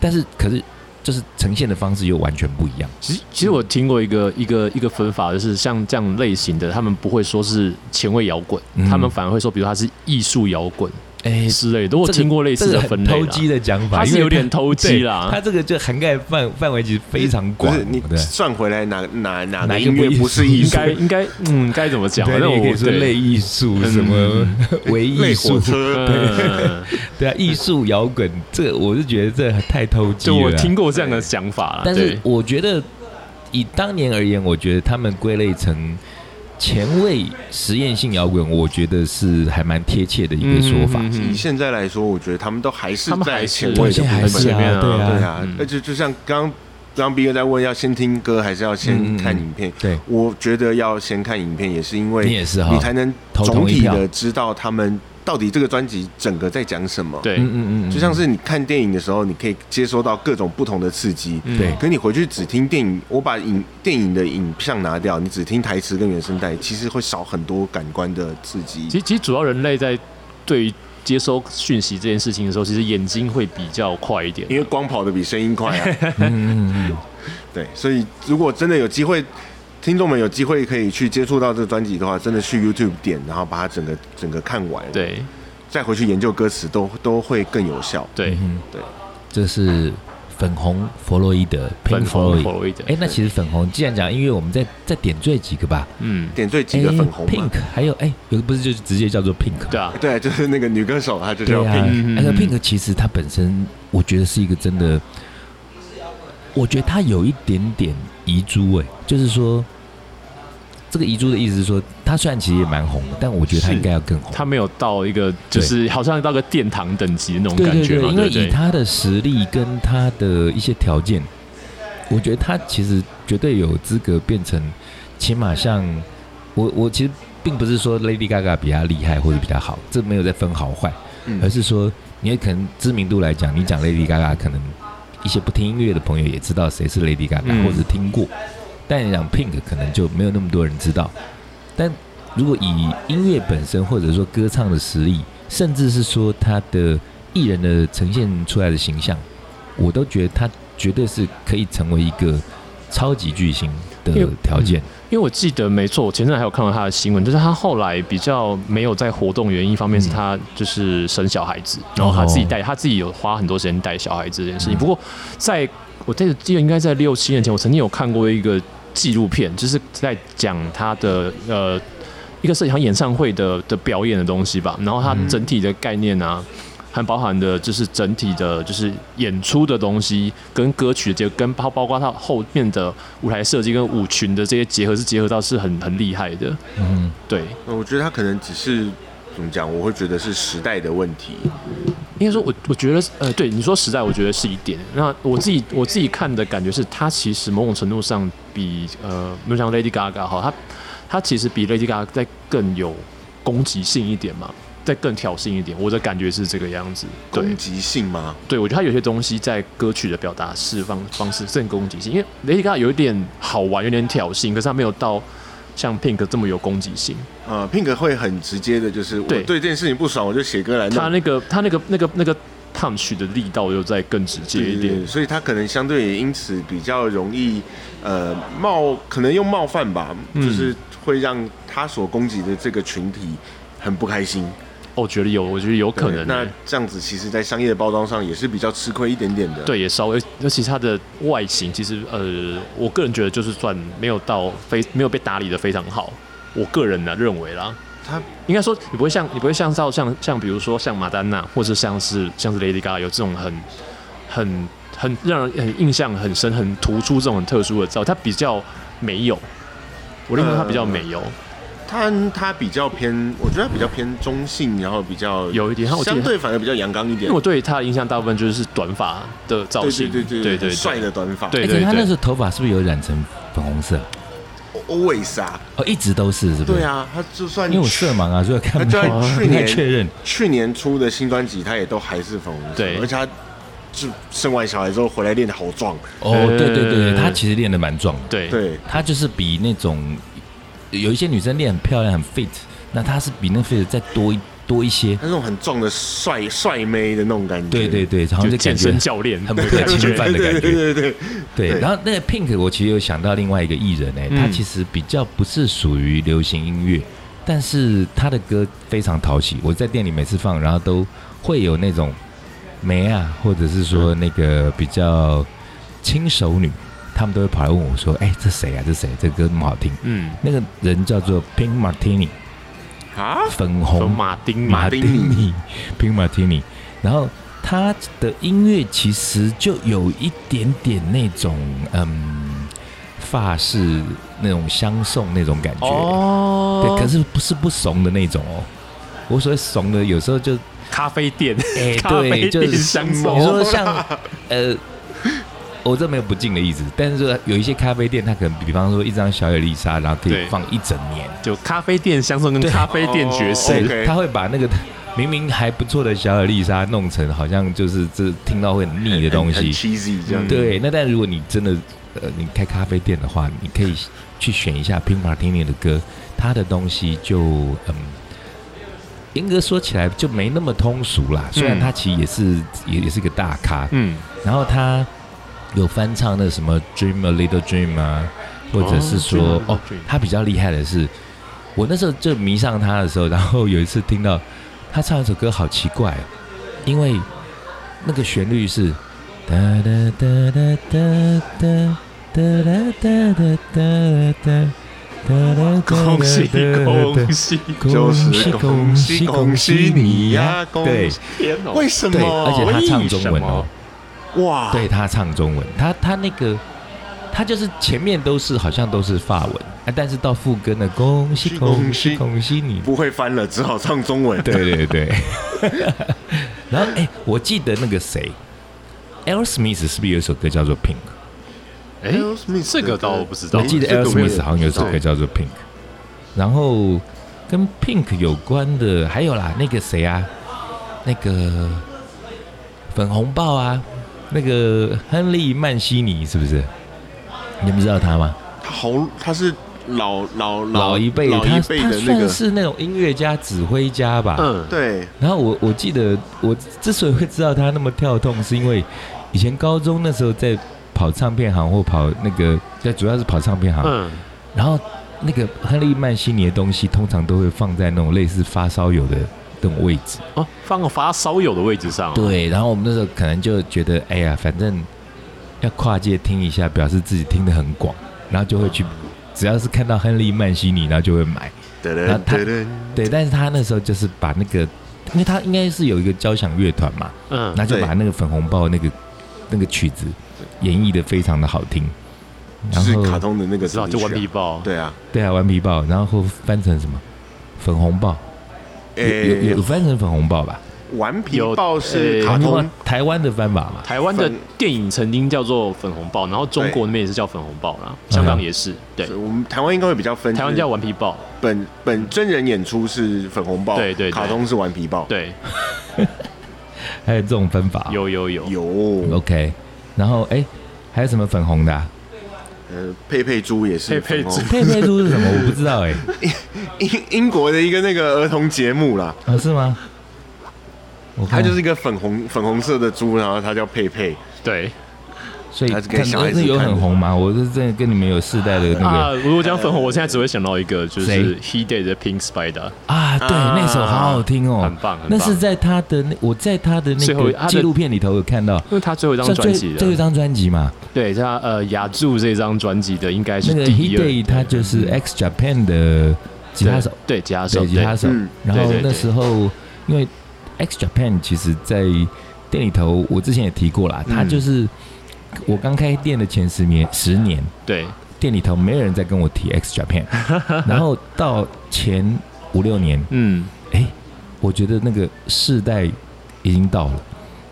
Speaker 4: 但是可是就是呈现的方式又完全不一样。
Speaker 3: 其实其实我听过一个一个一个分法，就是像这样类型的，他们不会说是前卫摇滚，
Speaker 4: 嗯
Speaker 3: 他们反而会说，比如他是艺术摇滚
Speaker 4: 哎
Speaker 3: 之类的。我有
Speaker 4: 这个
Speaker 3: 听过类似的分
Speaker 4: 这
Speaker 3: 类
Speaker 4: 个很
Speaker 3: 啦
Speaker 4: 偷鸡的讲法，
Speaker 3: 它是
Speaker 4: 因为
Speaker 3: 有点偷鸡啦
Speaker 4: 对它这个就涵盖范范围其实非常
Speaker 2: 不
Speaker 4: 广，
Speaker 2: 是你
Speaker 4: 对。
Speaker 2: 算回来哪哪哪
Speaker 4: 哪
Speaker 2: 个
Speaker 4: 一
Speaker 2: 音
Speaker 4: 个
Speaker 2: 乐
Speaker 4: 不
Speaker 2: 不
Speaker 4: 艺术
Speaker 2: 是艺
Speaker 3: 应
Speaker 2: 术？
Speaker 3: 该应该嗯该怎么讲？
Speaker 4: 对，
Speaker 3: 反正
Speaker 4: 你也可
Speaker 3: 我
Speaker 4: 以说类艺术
Speaker 3: 嗯
Speaker 4: 什么 唯
Speaker 2: 类火
Speaker 4: 艺术，
Speaker 2: 车，
Speaker 3: 嗯，
Speaker 4: 对啊，艺术摇滚，这个我是觉得这太偷鸡
Speaker 3: 就
Speaker 4: 了啊。
Speaker 3: 我听过这样的讲法啦。
Speaker 4: 但是
Speaker 3: 对
Speaker 4: 我觉得以当年而言，我觉得他们归类成前卫实验性摇滚，我觉得是还蛮贴切的一个说法。
Speaker 3: 嗯嗯嗯
Speaker 2: 以现在来说，我觉得他们都还是
Speaker 3: 他们
Speaker 2: 在
Speaker 3: 还
Speaker 2: 前
Speaker 3: 是
Speaker 2: 卫的
Speaker 4: 对
Speaker 2: 部
Speaker 4: 还
Speaker 2: 分
Speaker 4: 是
Speaker 3: 前
Speaker 4: 啊
Speaker 3: 面
Speaker 4: 对啊
Speaker 2: 对啊，
Speaker 3: 嗯
Speaker 2: 而且就像刚刚 B 哥在问，要先听歌还是要先
Speaker 4: 嗯
Speaker 2: 看影片？
Speaker 4: 对，
Speaker 2: 我觉得要先看影片，也是因为
Speaker 4: 你也是哈
Speaker 2: 你才能
Speaker 4: 投
Speaker 2: 总
Speaker 4: 同一
Speaker 2: 体
Speaker 4: 票
Speaker 2: 的知道他们到底这个专辑整个在讲什么。，
Speaker 3: 对
Speaker 4: 嗯，嗯嗯，
Speaker 2: 就像是你看电影的时候，你可以接收到各种不同的刺激。
Speaker 3: 嗯
Speaker 4: 对
Speaker 2: 可你回去只听电影，我把影电影的影像拿掉，你只听台词跟原声带，其实会少很多感官的刺激。
Speaker 3: 其实，其实主要人类在对于接收讯息这件事情的时候，其实眼睛会比较快一点。
Speaker 2: 因为光跑得比声音快啊。
Speaker 4: 嗯嗯嗯
Speaker 2: 对，所以如果真的有机会，听众们有机会可以去接触到这个专辑的话，真的去 YouTube 点，然后把它整个整个看完，，
Speaker 3: 对
Speaker 2: 再回去研究歌词都都会更有效。
Speaker 3: 对，
Speaker 4: 嗯，
Speaker 2: 对，
Speaker 4: 这是粉红弗洛伊德 （Pink
Speaker 3: 粉红
Speaker 4: Floyd）。
Speaker 3: 佛一点。
Speaker 4: 哎，那其实粉红，既然讲音乐，我们再再点缀几个吧。
Speaker 3: 嗯，
Speaker 2: 点缀几个
Speaker 4: 哎
Speaker 2: 粉红嘛，
Speaker 4: Pink，还有哎，有的不是就直接叫做 Pink 吗
Speaker 3: 对啊，
Speaker 2: 对，就是那个女歌手，她就叫
Speaker 4: 对啊
Speaker 2: Pink，
Speaker 3: 嗯嗯嗯
Speaker 4: 那个 Pink 其实它本身，我觉得是一个真的，我觉得它有一点点遗珠哎、就是说，这个遗珠的意思是说，它虽然其实也蛮红的，但我觉得它
Speaker 2: 是
Speaker 4: 应该要更红。
Speaker 3: 他没有到一个就是好像到个殿堂等级的那种
Speaker 4: 对
Speaker 3: 感
Speaker 4: 对
Speaker 3: 觉
Speaker 4: 对，
Speaker 3: 嘛，
Speaker 4: 因
Speaker 3: 对
Speaker 4: 为
Speaker 3: 不对
Speaker 4: 以？他的实力跟他的一些条件，我觉得他其实绝对有资格变成，起码像我我其实并不是说 Lady Gaga 比他厉害或者比他好，这没有在分好坏，
Speaker 2: 嗯
Speaker 4: 而是说你也可能知名度来讲，你讲 Lady Gaga 可能一些不听音乐的朋友也知道谁是 Lady Gaga、
Speaker 3: 嗯
Speaker 4: 或者听过，但你讲 Pink 可能就没有那么多人知道，但如果以音乐本身或者说歌唱的实力，甚至是说他的艺人的呈现出来的形象，我都觉得他绝对是可以成为一个超级巨星
Speaker 3: 因
Speaker 4: 的
Speaker 3: 为
Speaker 4: 条件。
Speaker 3: 因为我记得没错，我前阵还有看到他的新闻，就是他后来比较没有在活动原因方面，
Speaker 4: 嗯哦
Speaker 3: 是他就是生小孩子，然后他自己带，他自己有花很多时间带小孩子这件事情。
Speaker 4: 嗯
Speaker 3: 不过在我记得记得应该在六七年前，我曾经有看过一个纪录片，就是在讲他的呃一个是像演唱会的的表演的东西吧，然后它
Speaker 4: 嗯
Speaker 3: 整体的概念啊。还包含的就是整体的，就是演出的东西跟歌曲的结合，跟包包括它后面的舞台设计跟舞群的这些结合是结合到是很很厉害的。
Speaker 4: 嗯，
Speaker 3: 对，
Speaker 2: 呃我觉得他可能只是怎么讲，我会觉得是时代的问题。
Speaker 3: 应该说我，我觉得，呃，对你说实在，我觉得是一点。那我自己我自己看的感觉是，它其实某种程度上比呃，比如像 Lady Gaga 哈，它它其实比 Lady Gaga 在更有攻击性一点嘛，在更挑衅一点。我的感觉是这个样子。对
Speaker 2: 攻击性吗？
Speaker 3: 对，我觉得它有些东西在歌曲的表达释放方式更攻击性，因为 Lady Gaga 有一点好玩，有点挑衅，可是它没有到像 Pink 这么有攻击性。
Speaker 2: 呃，Pink 会很直接的，就是我
Speaker 3: 对
Speaker 2: 对这件事情不爽，我就写歌来弄。
Speaker 3: 他那个他那个那个那个 punch 的力道又再更直接
Speaker 2: 对
Speaker 3: 一
Speaker 2: 对
Speaker 3: 点哦
Speaker 2: 对，。所以他可能相对也因此比较容易，呃，冒可能用冒犯吧，
Speaker 3: 嗯
Speaker 2: 就是会让他所攻击的这个群体很不开心。
Speaker 3: 哦我觉得有，我觉得有可能欸、
Speaker 2: 那这样子，其实，在商业包装上也是比较吃亏一点点的。，
Speaker 3: 对，也稍微，尤其是它的外形，其实呃，我个人觉得就是算没有到非没有被打理的非常好，我个人呢认为啦，
Speaker 2: 他
Speaker 3: 应该说你不会像你不会像到像像比如说像马丹娜，或者像是像是 Lady Gaga 有这种很很很让人很印象很深、很突出这种很特殊的照，它比较没有，我认为它比较没
Speaker 2: 呃
Speaker 3: 有，
Speaker 2: 他他比较偏，我觉得他比较偏中性，然后比较
Speaker 3: 有一点他我记得
Speaker 2: 相对反而比较阳刚一点
Speaker 3: 因为我。对它的印象大部分就是短发的造
Speaker 2: 对
Speaker 3: 型，
Speaker 2: 对对
Speaker 3: 对
Speaker 2: 很帅的短发，
Speaker 3: 对
Speaker 4: 而
Speaker 3: 对
Speaker 4: 且他那
Speaker 3: 对
Speaker 4: 时候头哎发是不是有染成粉红色？
Speaker 2: ，always 啊，
Speaker 4: 哦，一直都是，是不是？
Speaker 2: 对，啊，他就算
Speaker 4: 因为我色盲啊，所以看
Speaker 2: 他
Speaker 4: 不
Speaker 2: 在
Speaker 4: 到，
Speaker 2: 去
Speaker 4: 不 太
Speaker 2: 年
Speaker 4: 确认。
Speaker 2: 去年出的新专辑，他也都还是粉红色，
Speaker 3: 对
Speaker 2: 而且他就生完小孩之后回来练的好壮，
Speaker 4: 哦，对对对对，他其实练得蛮壮的。
Speaker 3: 对
Speaker 2: 对，
Speaker 4: 她就是比那种有一些女生练很漂亮很 fit，那她是比那 fit 再多一多一些。
Speaker 2: 他那种很壮的帅帅妹的那种感觉，
Speaker 4: 对对对，然后
Speaker 3: 就
Speaker 4: 就
Speaker 3: 健
Speaker 4: 感
Speaker 3: 身
Speaker 4: 觉
Speaker 3: 教练
Speaker 4: 很不可侵犯的
Speaker 2: 对
Speaker 4: 感觉。
Speaker 2: 对对，
Speaker 4: 对，
Speaker 2: 对
Speaker 4: 然后那个 Pink，我其实有想到另外一个艺人哎、
Speaker 3: 嗯
Speaker 4: 他其实比较不是属于流行音乐，但是他的歌非常讨喜。我在店里每次放，然后都会有那种梅啊，或者是说
Speaker 3: 嗯
Speaker 4: 那个比较轻熟女，他们都会跑来问我说：“哎、这谁啊？这谁？这歌那么好听。”
Speaker 3: 嗯，
Speaker 4: 那个人叫做 Pink Martini，
Speaker 2: 啊，
Speaker 4: 粉
Speaker 3: 什么
Speaker 4: 红
Speaker 3: 马丁马
Speaker 4: 马
Speaker 2: 丁
Speaker 4: 丁
Speaker 2: 尼
Speaker 4: 尼 Pink Martini，然后他的音乐其实就有一点点那种嗯法式那种相送那种感觉，
Speaker 3: 哦
Speaker 4: 对，可是不是不怂的那种哦。我所谓怂的，有时候就
Speaker 3: 咖啡店，
Speaker 4: 哎、
Speaker 3: 咖
Speaker 4: 对，
Speaker 3: 啡
Speaker 4: 就
Speaker 3: 店
Speaker 4: 是
Speaker 3: 相送
Speaker 4: 你说像呃，我这没有不敬的意思，但是说有一些咖啡店，它可能比方说一张小野丽莎，然后可以
Speaker 3: 对
Speaker 4: 放一整年，
Speaker 3: 就咖啡店相送跟
Speaker 4: 对
Speaker 3: 咖啡店爵
Speaker 2: 哦
Speaker 3: 士，
Speaker 2: OK
Speaker 4: 他会把那个 明明还不错的小尔丽莎弄成好像就是这听到会很腻的东
Speaker 2: 很
Speaker 4: 西。
Speaker 2: cheesy 这样，
Speaker 3: 嗯
Speaker 4: 对，那但如果你真的呃，你开咖啡店的话，你可以去选一下 Pink Martini 的歌，他的东西就嗯，严格说起来就没那么通俗啦。虽
Speaker 2: 嗯
Speaker 4: 然他其实也是也也是个大咖，
Speaker 3: 嗯，
Speaker 4: 然后他有翻唱那什么《Dream a Little Dream》啊，或者是说
Speaker 3: 哦
Speaker 4: 哦
Speaker 3: Dream a Little Dream
Speaker 4: 他比较厉害的是，我那时候就迷上他的时候，然后有一次听到他唱一首歌，好奇怪、因为那个旋律是哒哒哒哒哒哒哒哒哒哒哒哒。
Speaker 3: 恭喜恭喜，
Speaker 2: 就是恭喜恭喜你呀、恭
Speaker 4: 对
Speaker 2: 喜！
Speaker 3: 天哦
Speaker 2: 为什么？
Speaker 4: 对，而且他唱中
Speaker 3: 为
Speaker 4: 文
Speaker 3: 什
Speaker 4: 哦
Speaker 3: 么，
Speaker 2: 哇，
Speaker 4: 对他唱中文，他他那个他就是前面都是好像都是法文，啊、但是到副歌呢，恭喜
Speaker 2: 恭
Speaker 4: 恭
Speaker 2: 喜
Speaker 4: 喜恭喜你，
Speaker 2: 不会翻了，只好唱中文。
Speaker 4: 对 对对。 然后哎、我记得那个谁，L. Smith 是不是有一首歌叫做 Pink？
Speaker 3: 哎
Speaker 2: Will Smith
Speaker 3: 这个倒
Speaker 2: 的歌
Speaker 3: 不知道
Speaker 4: 我记得
Speaker 2: 这个
Speaker 4: L.
Speaker 2: 我也
Speaker 4: Smith 好像有一首歌叫做 Pink，然后跟 Pink 有关的还有啦，那个谁啊，那个粉红豹啊，那个亨利曼西尼是不是？你们知道他吗？
Speaker 2: 他好，他是老老
Speaker 4: 老一辈，
Speaker 2: 老
Speaker 4: 他
Speaker 2: 一辈
Speaker 4: 他
Speaker 2: 的那
Speaker 4: 算
Speaker 2: 个，
Speaker 4: 是那种音乐家、指挥家吧。
Speaker 3: 嗯，
Speaker 2: 对，
Speaker 4: 然后我我记得我之所以会知道他那么跳动，是因为以前高中那时候在跑唱片行或跑那个，在主要是跑唱片行，
Speaker 3: 嗯，
Speaker 4: 然后那个亨利曼西尼的东西通常都会放在那种类似发烧友的那种位置。
Speaker 3: 哦，放个发烧友的位置上，，
Speaker 4: 对，然后我们那时候可能就觉得，哎呀，反正要跨界听一下，表示自己听得很广，然后就会去，只要是看到亨利曼西尼，然后就会买。
Speaker 2: 噔
Speaker 4: 然后
Speaker 2: 噔
Speaker 4: 他
Speaker 2: 噔噔，
Speaker 4: 对，但是他那时候就是把那个，因为他应该是有一个交响乐团嘛，
Speaker 3: 嗯
Speaker 4: 那就把那个粉红豹那个那个曲子演绎的非常的好听，
Speaker 2: 就
Speaker 4: 然
Speaker 2: 是
Speaker 4: 后
Speaker 2: 卡通的那个
Speaker 3: 知道
Speaker 2: 主
Speaker 3: 就
Speaker 2: 题曲啊
Speaker 3: 顽皮豹，
Speaker 2: 对啊，
Speaker 4: 对啊，顽皮豹，然后翻成什么粉红豹，
Speaker 3: 呃
Speaker 4: 有有
Speaker 2: 诶
Speaker 4: 有，翻成粉红豹吧？
Speaker 2: 顽皮
Speaker 3: 有哎
Speaker 2: 豹是
Speaker 3: 诶
Speaker 2: 卡
Speaker 4: 台
Speaker 2: 通
Speaker 4: 湾，台湾的翻法嘛，
Speaker 3: 台湾的
Speaker 2: 粉
Speaker 3: 电影曾经叫做粉红豹，然后中
Speaker 2: 对
Speaker 3: 国那边也是叫粉红豹啦，香港也是，对
Speaker 2: 是，我们台湾应该会比较分，
Speaker 3: 台湾
Speaker 2: 就是
Speaker 3: 叫顽皮豹，
Speaker 2: 本本真人演出是粉红豹，
Speaker 3: 对对对
Speaker 2: 卡通是顽皮豹，，
Speaker 3: 对，
Speaker 4: 还有这种分法哦、
Speaker 3: 有有有，
Speaker 2: 有
Speaker 4: OK，然后哎，还有什么粉红的、啊？
Speaker 2: 呃佩佩猪也是
Speaker 3: 佩佩猪
Speaker 2: 粉红
Speaker 4: 佩佩猪是 什么？我不知道哎、
Speaker 2: 英英国的一个那个儿童节目啦，
Speaker 3: 嗯
Speaker 4: 啊是吗？我
Speaker 2: 它
Speaker 4: 看
Speaker 2: 就是一个粉红粉红色的猪，然后它叫佩佩，
Speaker 3: 对
Speaker 4: 所以
Speaker 2: 它
Speaker 4: 看
Speaker 2: 是给小孩子
Speaker 4: 那有
Speaker 2: 看的
Speaker 4: 很红吗？我是真的跟你们有世代的那
Speaker 3: 啊，
Speaker 4: 个
Speaker 3: 如果讲粉红，我现在只会想到一个，就
Speaker 4: 谁
Speaker 3: 是 He Day 的 Pink Spider，
Speaker 4: 啊对，
Speaker 2: 啊
Speaker 4: 那首好好听哦，
Speaker 3: 很棒很棒
Speaker 4: 那是在他的那我在他的那
Speaker 3: 最后
Speaker 4: 个
Speaker 3: 他的
Speaker 4: 纪录片里头有看到，
Speaker 3: 因为他最后一张
Speaker 4: 像
Speaker 3: 专
Speaker 4: 最
Speaker 3: 辑
Speaker 4: 这一
Speaker 3: 的，
Speaker 4: 张专辑嘛，
Speaker 3: 对，他呃雅柱这张专辑的应该是
Speaker 4: 那个
Speaker 3: 第
Speaker 4: He
Speaker 3: 一
Speaker 4: Day
Speaker 3: 二，嗯
Speaker 4: 他就是 X Japan 的吉他手，
Speaker 3: 对吉他手，
Speaker 4: 对吉他手
Speaker 2: 嗯。
Speaker 4: 然
Speaker 3: 对
Speaker 4: 后
Speaker 3: 对对
Speaker 4: 那时候因为 X Japan 其实在店里头，我之前也提过啦，
Speaker 2: 嗯
Speaker 4: 他就是我刚开店的前十年十年，
Speaker 3: 对
Speaker 4: 店里头没有人在跟我提 X Japan，然后到前五六年，
Speaker 3: 嗯，
Speaker 4: 哎，我觉得那个世代已经到了，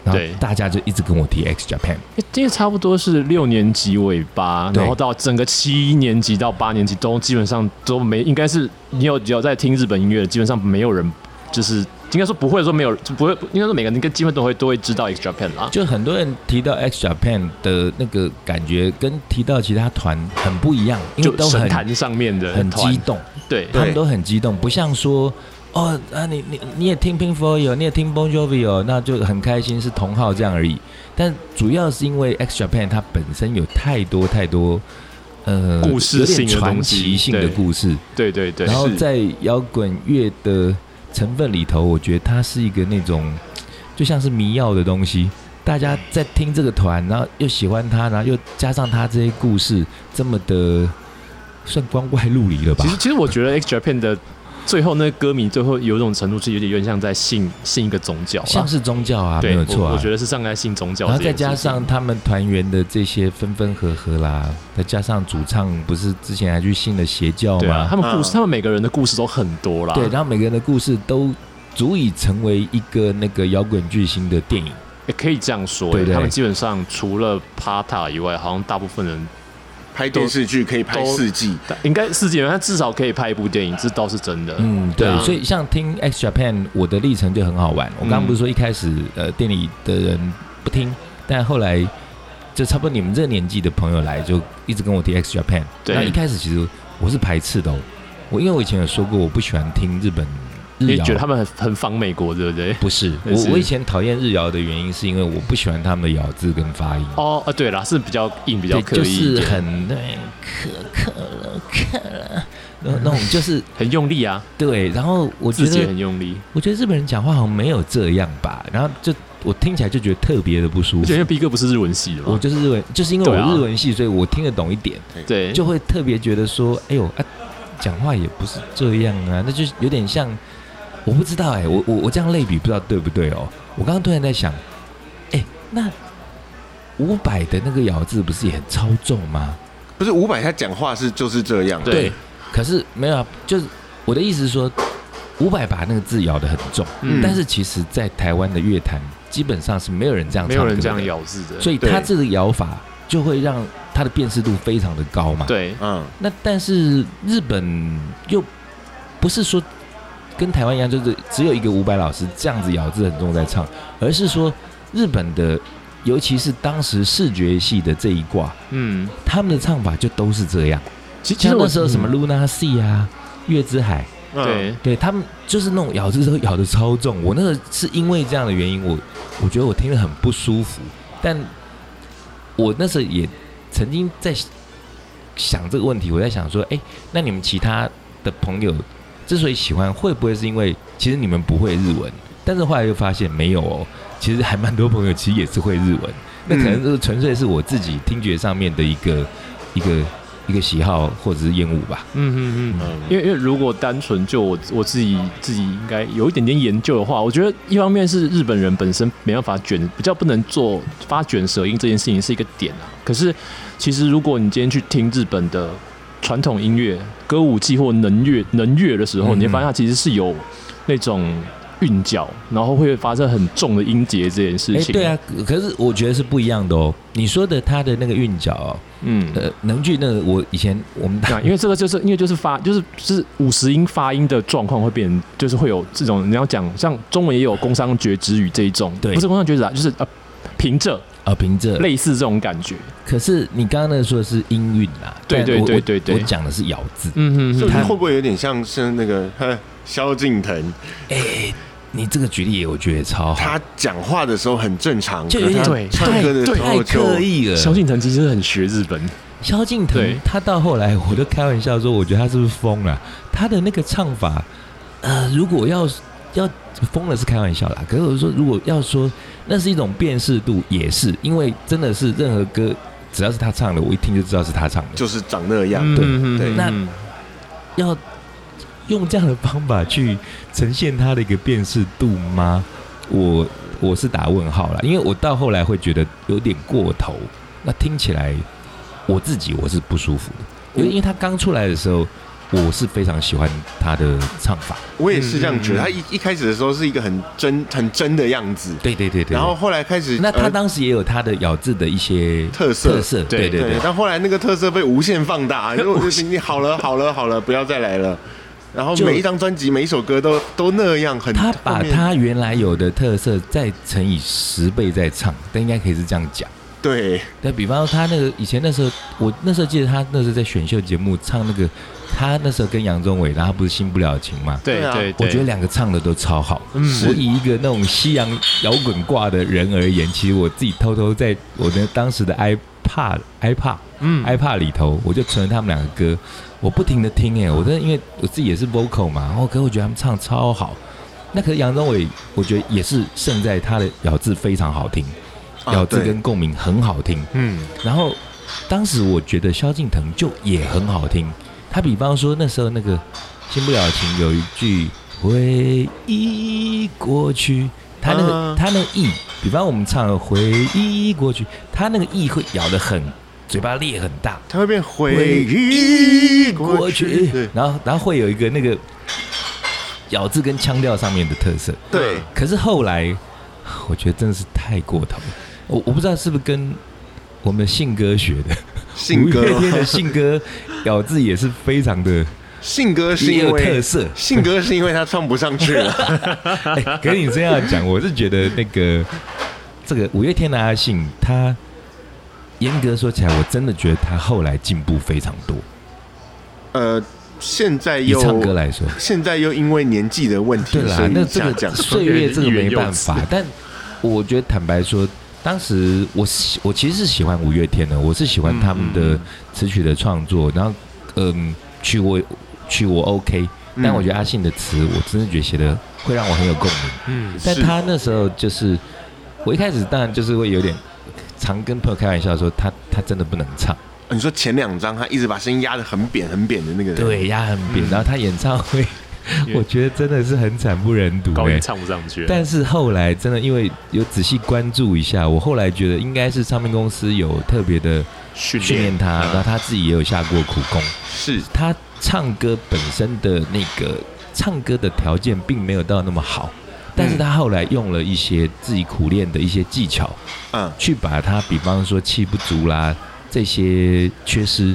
Speaker 4: 然后
Speaker 3: 对
Speaker 4: 大家就一直跟我提 X Japan，
Speaker 3: 因为差不多是六年级尾巴，
Speaker 4: 对
Speaker 3: 然后到整个七年级到八年级都基本上都没，应该是你有有在听日本音乐的，基本上没有人就是应该说不会说没有，就不会应该说每个人跟基本都会都会知道 X Japan 啦。
Speaker 4: 就很多人提到 X Japan 的那个感觉跟提到其他团很不一样，因为
Speaker 3: 就
Speaker 4: 都
Speaker 3: 神
Speaker 4: 很
Speaker 3: 坛上面的
Speaker 4: 很
Speaker 3: 团
Speaker 4: 激动，
Speaker 3: 对
Speaker 4: 他们都很激动，不像说哦啊你你你也听 Pink Floyd 哦，你也听 Bon Jovi 哦，那就很开心是同号这样而已。但主要是因为 X Japan 它本身有太多太多呃
Speaker 3: 故事
Speaker 4: 有点
Speaker 3: 性的
Speaker 4: 传
Speaker 3: 东西
Speaker 4: 奇性的
Speaker 3: 对
Speaker 4: 故事，
Speaker 3: 对对对
Speaker 4: 然，后
Speaker 2: 是
Speaker 4: 在摇滚乐的成分里头，我觉得它是一个那种就像是迷药的东西。大家在听这个团，然后又喜欢他，然后又加上他这些故事，这么的算光怪陆离了吧
Speaker 3: 其？实其实我觉得 X Japan 的最后那歌迷最后有一种程度是有点有点像在信信一个宗教啦，
Speaker 4: 像是宗教啊，没
Speaker 3: 对，
Speaker 4: 有错
Speaker 3: 我
Speaker 4: 啊
Speaker 3: 我。觉得是像在信宗教
Speaker 4: 然
Speaker 3: 这
Speaker 4: 后再
Speaker 3: 件事情，
Speaker 4: 加上他们团员的这些分分合合啦，再加上主唱不是之前还去信了邪教
Speaker 3: 对啊，
Speaker 4: 吗？
Speaker 3: 他们故事，
Speaker 2: 嗯
Speaker 3: 他们每个人的故事都很多啦，
Speaker 4: 对，然后每个人的故事都足以成为一个那个摇滚巨星的电影。
Speaker 3: 也可以这样说、
Speaker 4: 对对
Speaker 3: 他们基本上除了 Pata 以外，好像大部分人
Speaker 2: 拍电视剧可以拍
Speaker 3: 都
Speaker 2: 四季，
Speaker 3: 应该世界人，他至少可以拍一部电影，这倒是真的。
Speaker 4: 嗯，对，
Speaker 3: 啊嗯
Speaker 4: 所以像听 X Japan，我的历程就很好玩。我刚刚不是说一开始呃店里的人不听，但后来就差不多你们这个年纪的朋友来，就一直跟我提 X Japan。
Speaker 3: 对
Speaker 4: 那一开始其实我是排斥的、哦，我因为我以前有说过我不喜欢听日本
Speaker 3: 因
Speaker 4: 日
Speaker 3: 为
Speaker 4: 谣，
Speaker 3: 觉得他们很很仿美国，对不对？
Speaker 4: 不是我
Speaker 3: 但是
Speaker 4: 我以前讨厌日谣的原因是因为我不喜欢他们的咬字跟发音。
Speaker 3: 哦啊，对啦，是比较硬，比较
Speaker 4: 对，
Speaker 3: 刻
Speaker 4: 就
Speaker 3: 意一
Speaker 4: 是
Speaker 3: 点，
Speaker 4: 很对，可可了可了，那那种就是
Speaker 3: 很用力啊，
Speaker 4: 对，然后我觉
Speaker 3: 自己
Speaker 4: 得
Speaker 3: 很用力。
Speaker 4: 我觉得日本人讲话好像没有这样吧，然后就我听起来就觉得特别的不舒
Speaker 3: 而且因
Speaker 4: 服
Speaker 3: 为。逼哥不是日文系的
Speaker 4: 我
Speaker 3: 嘛，
Speaker 4: 就是日文，就是因为我
Speaker 3: 对啊
Speaker 4: 日文系，所以我听得懂一点，
Speaker 3: 对，
Speaker 4: 就会特别觉得说，哎呦，啊，讲话也不是这样啊，那就有点像，我不知道哎、我我我这样类比不知道对不对哦。我刚刚突然在想，哎，那伍佰的那个咬字不是也很超重吗？
Speaker 2: 不是伍佰他讲话是就是这样，
Speaker 3: 对
Speaker 4: 可是没有啊，就是我的意思是说，伍佰把那个字咬得很重，
Speaker 3: 嗯
Speaker 4: 但是其实，在台湾的乐坛基本上是没有人这样，
Speaker 3: 没有人这样，咬字的，
Speaker 4: 所
Speaker 3: 以
Speaker 4: 以他
Speaker 2: 对
Speaker 4: 这个咬法就会让他的辨识度非常的高嘛。，
Speaker 3: 对
Speaker 2: 嗯，
Speaker 4: 那但是日本又不是说跟台湾一样，就是只有一个伍佰老师这样子咬字很重在唱，而是说日本的，尤其是当时视觉系的这一挂，
Speaker 3: 嗯，
Speaker 4: 他们的唱法就都是这样。
Speaker 3: 其其实
Speaker 4: 像
Speaker 3: 我
Speaker 4: 那时候什么
Speaker 3: 嗯
Speaker 4: Luna Sea 啊、月之海，
Speaker 2: 嗯，
Speaker 3: 对，
Speaker 4: 对他们就是那种咬字都咬的超重。我那个是因为这样的原因，我我觉得我听得很不舒服。但我那时候也曾经在想这个问题，我在想说，哎，那你们其他的朋友之所以喜欢，会不会是因为其实你们不会日文，但是后来又发现没有哦，其实还蛮多朋友其实也是会日文，那可能就是纯粹是我自己听觉上面的一个一个一个喜好或者是厌恶吧。
Speaker 3: 嗯嗯嗯，因为因为如果单纯就我我自己自己应该有一点点研究的话，我觉得一方面是日本人本身没办法卷，比较不能做发卷舌音这件事情是一个点啊。可是其实如果你今天去听日本的传统音乐、歌舞伎或能乐能乐的时候，
Speaker 4: 嗯
Speaker 3: 你会发现它其实是有那种韵脚，然后会发生很重的音节这件事
Speaker 4: 哎、
Speaker 3: 情。
Speaker 4: 对啊，可是我觉得是不一样的哦。你说的他的那个韵脚、哦，
Speaker 3: 嗯，
Speaker 4: 呃，能剧那个我以前 我们
Speaker 3: 啊 那因为这个就是因为就是发就是就是五十音发音的状况会变成，就是会有这种你要讲像中文也有工商绝止语这一种，
Speaker 4: 对
Speaker 3: 不是工商绝止啊，就是呃平仄
Speaker 4: 呃凭着
Speaker 3: 类似这种感觉，
Speaker 4: 可是你刚刚那个说的是音韵啦，
Speaker 3: 对
Speaker 4: 但
Speaker 3: 对
Speaker 4: 我
Speaker 3: 对
Speaker 4: 我
Speaker 3: 对对
Speaker 4: 我讲的是咬字。
Speaker 3: 嗯
Speaker 2: 是
Speaker 3: 嗯
Speaker 2: 不是
Speaker 3: 嗯，
Speaker 2: 会不会有点像是那个 呵萧敬腾，
Speaker 4: 你这个举例我觉得超好，
Speaker 2: 他讲话的时候很正常，
Speaker 4: 就
Speaker 2: 可
Speaker 4: 有
Speaker 2: 是
Speaker 4: 点
Speaker 2: 他
Speaker 3: 对
Speaker 2: 唱歌的时
Speaker 4: 太
Speaker 2: 候就
Speaker 4: 刻意了。
Speaker 3: 萧敬腾其实很学日本，
Speaker 4: 萧敬腾
Speaker 3: 对
Speaker 4: 他到后来，我都开玩笑说，我觉得他是不是疯了？他的那个唱法，呃，如果要要疯了是开玩笑啦，可是我说如果要说那是一种辨识度，也是因为真的是任何歌只要是他唱的，我一听就知道是他唱的。
Speaker 2: 就是长那样。
Speaker 4: 对
Speaker 3: 嗯
Speaker 2: 对
Speaker 4: 那要用这样的方法去呈现它的一个辨识度吗？我我是打问号了，因为我到后来会觉得有点过头，那听起来我自己我是不舒服的，因为因为他刚出来的时候，我是非常喜欢他的唱法，
Speaker 2: 我也是这样觉
Speaker 3: 嗯嗯
Speaker 2: 得，
Speaker 3: 嗯
Speaker 2: 他一一开始的时候是一个很真很真的样子，
Speaker 4: 对对对对
Speaker 2: 然后后来开始
Speaker 4: 那他
Speaker 2: 呃
Speaker 4: 当时也有他的咬字的一些
Speaker 2: 特色
Speaker 4: 特色，
Speaker 3: 对
Speaker 4: 对对对
Speaker 2: 对，，但后来那个特色被无限放 大，因为我就觉得你好了，好了，好了，不要再来了。然后
Speaker 4: 就
Speaker 2: 每一张专辑、每一首歌都都那样，很
Speaker 4: 他把
Speaker 2: 后面
Speaker 4: 他原来有的特色再乘以十倍再唱，但应该可以是这样讲。
Speaker 2: 对
Speaker 4: 对比方说他那个以前那时候，我那时候记得他那时候在选秀节目唱那个，他那时候跟杨宗纬，然后他不是新不了情嘛？
Speaker 3: 对
Speaker 2: 对啊
Speaker 3: 对，
Speaker 4: 我
Speaker 3: 对
Speaker 4: 觉得两个唱的都超好。
Speaker 3: 嗯
Speaker 4: 我以一个那种西洋摇滚挂的人而言，其实我自己偷偷在我的当时的 iPad iPad
Speaker 3: 嗯
Speaker 4: iPad 里头，我就存了他们两个歌，我不停的听哎，我真的因为我自己也是 vocal 嘛，然后可是我觉得他们唱超好。那可是杨宗纬，我觉得也是胜在他的咬字非常好听，
Speaker 2: 啊
Speaker 4: 咬字
Speaker 2: 对
Speaker 4: 跟共鸣很好听。
Speaker 3: 嗯
Speaker 4: 然后当时我觉得萧敬腾就也很好听，他比方说那时候那个《新不了情》有一句“回忆过去”，他那个、
Speaker 2: 啊
Speaker 4: 他那个“意”，比方我们唱了“回忆过去”，他那个“意”会咬得很，嘴巴裂很大，
Speaker 2: 他会变回忆过去，对
Speaker 4: 然后然后会有一个那个咬字跟腔调上面的特色。
Speaker 2: 对，
Speaker 4: 可是后来，我觉得真的是太过头了。我我不知道是不是跟我们的信鸽学的，
Speaker 2: 信鸽
Speaker 4: 五月天的信鸽咬字也是非常的
Speaker 2: 信鸽是
Speaker 4: 也
Speaker 2: 因
Speaker 4: 有
Speaker 2: 为
Speaker 4: 特色。
Speaker 2: 信鸽是因为他唱不上去 了，
Speaker 4: 哎，可是你这样讲，我是觉得那个这个五月天的阿信，他严格说起来，我真的觉得他后来进步非常多。
Speaker 2: 呃，现在
Speaker 4: 以
Speaker 2: 又
Speaker 4: 唱歌来说，
Speaker 2: 现在又因为年纪的问题，
Speaker 4: 对啦
Speaker 2: 所，以
Speaker 4: 那这
Speaker 2: 下
Speaker 4: 个
Speaker 2: 降。
Speaker 4: 岁月这个没办
Speaker 3: 一
Speaker 4: 法
Speaker 3: 元幼稚，
Speaker 4: 但我觉得坦白说，当时我喜我其实是喜欢五月天的，我是喜欢他们的词曲的创作，然后嗯，曲我曲我 OK，
Speaker 2: 嗯
Speaker 4: 但我觉得阿信的词，我真的觉得写的会让我很有共鸣。
Speaker 3: 嗯
Speaker 4: 但
Speaker 2: 是
Speaker 4: 他那时候就是，我一开始当然就是会有点常跟朋友开玩笑说他他真的不能唱，
Speaker 2: 你说前两张他一直把声音压得很扁很扁的那个人，
Speaker 4: 对，压很扁，
Speaker 3: 嗯
Speaker 4: 然后他演唱 会，我觉得真的是很惨不忍睹、
Speaker 3: 高
Speaker 4: 欸
Speaker 3: 音。唱不上去，
Speaker 4: 但是后来真的因为有仔细关注一下，我后来觉得应该是唱片公司有特别的
Speaker 3: 训
Speaker 4: 训练他，
Speaker 3: 嗯
Speaker 4: 然后他自己也有下过苦功。
Speaker 2: 啊是
Speaker 4: 他唱歌本身的那个唱歌的条件并没有到那么好，但是他后来用了一些自己苦练的一些技巧，
Speaker 2: 嗯，
Speaker 4: 去把他比方说气不足啦这些缺失，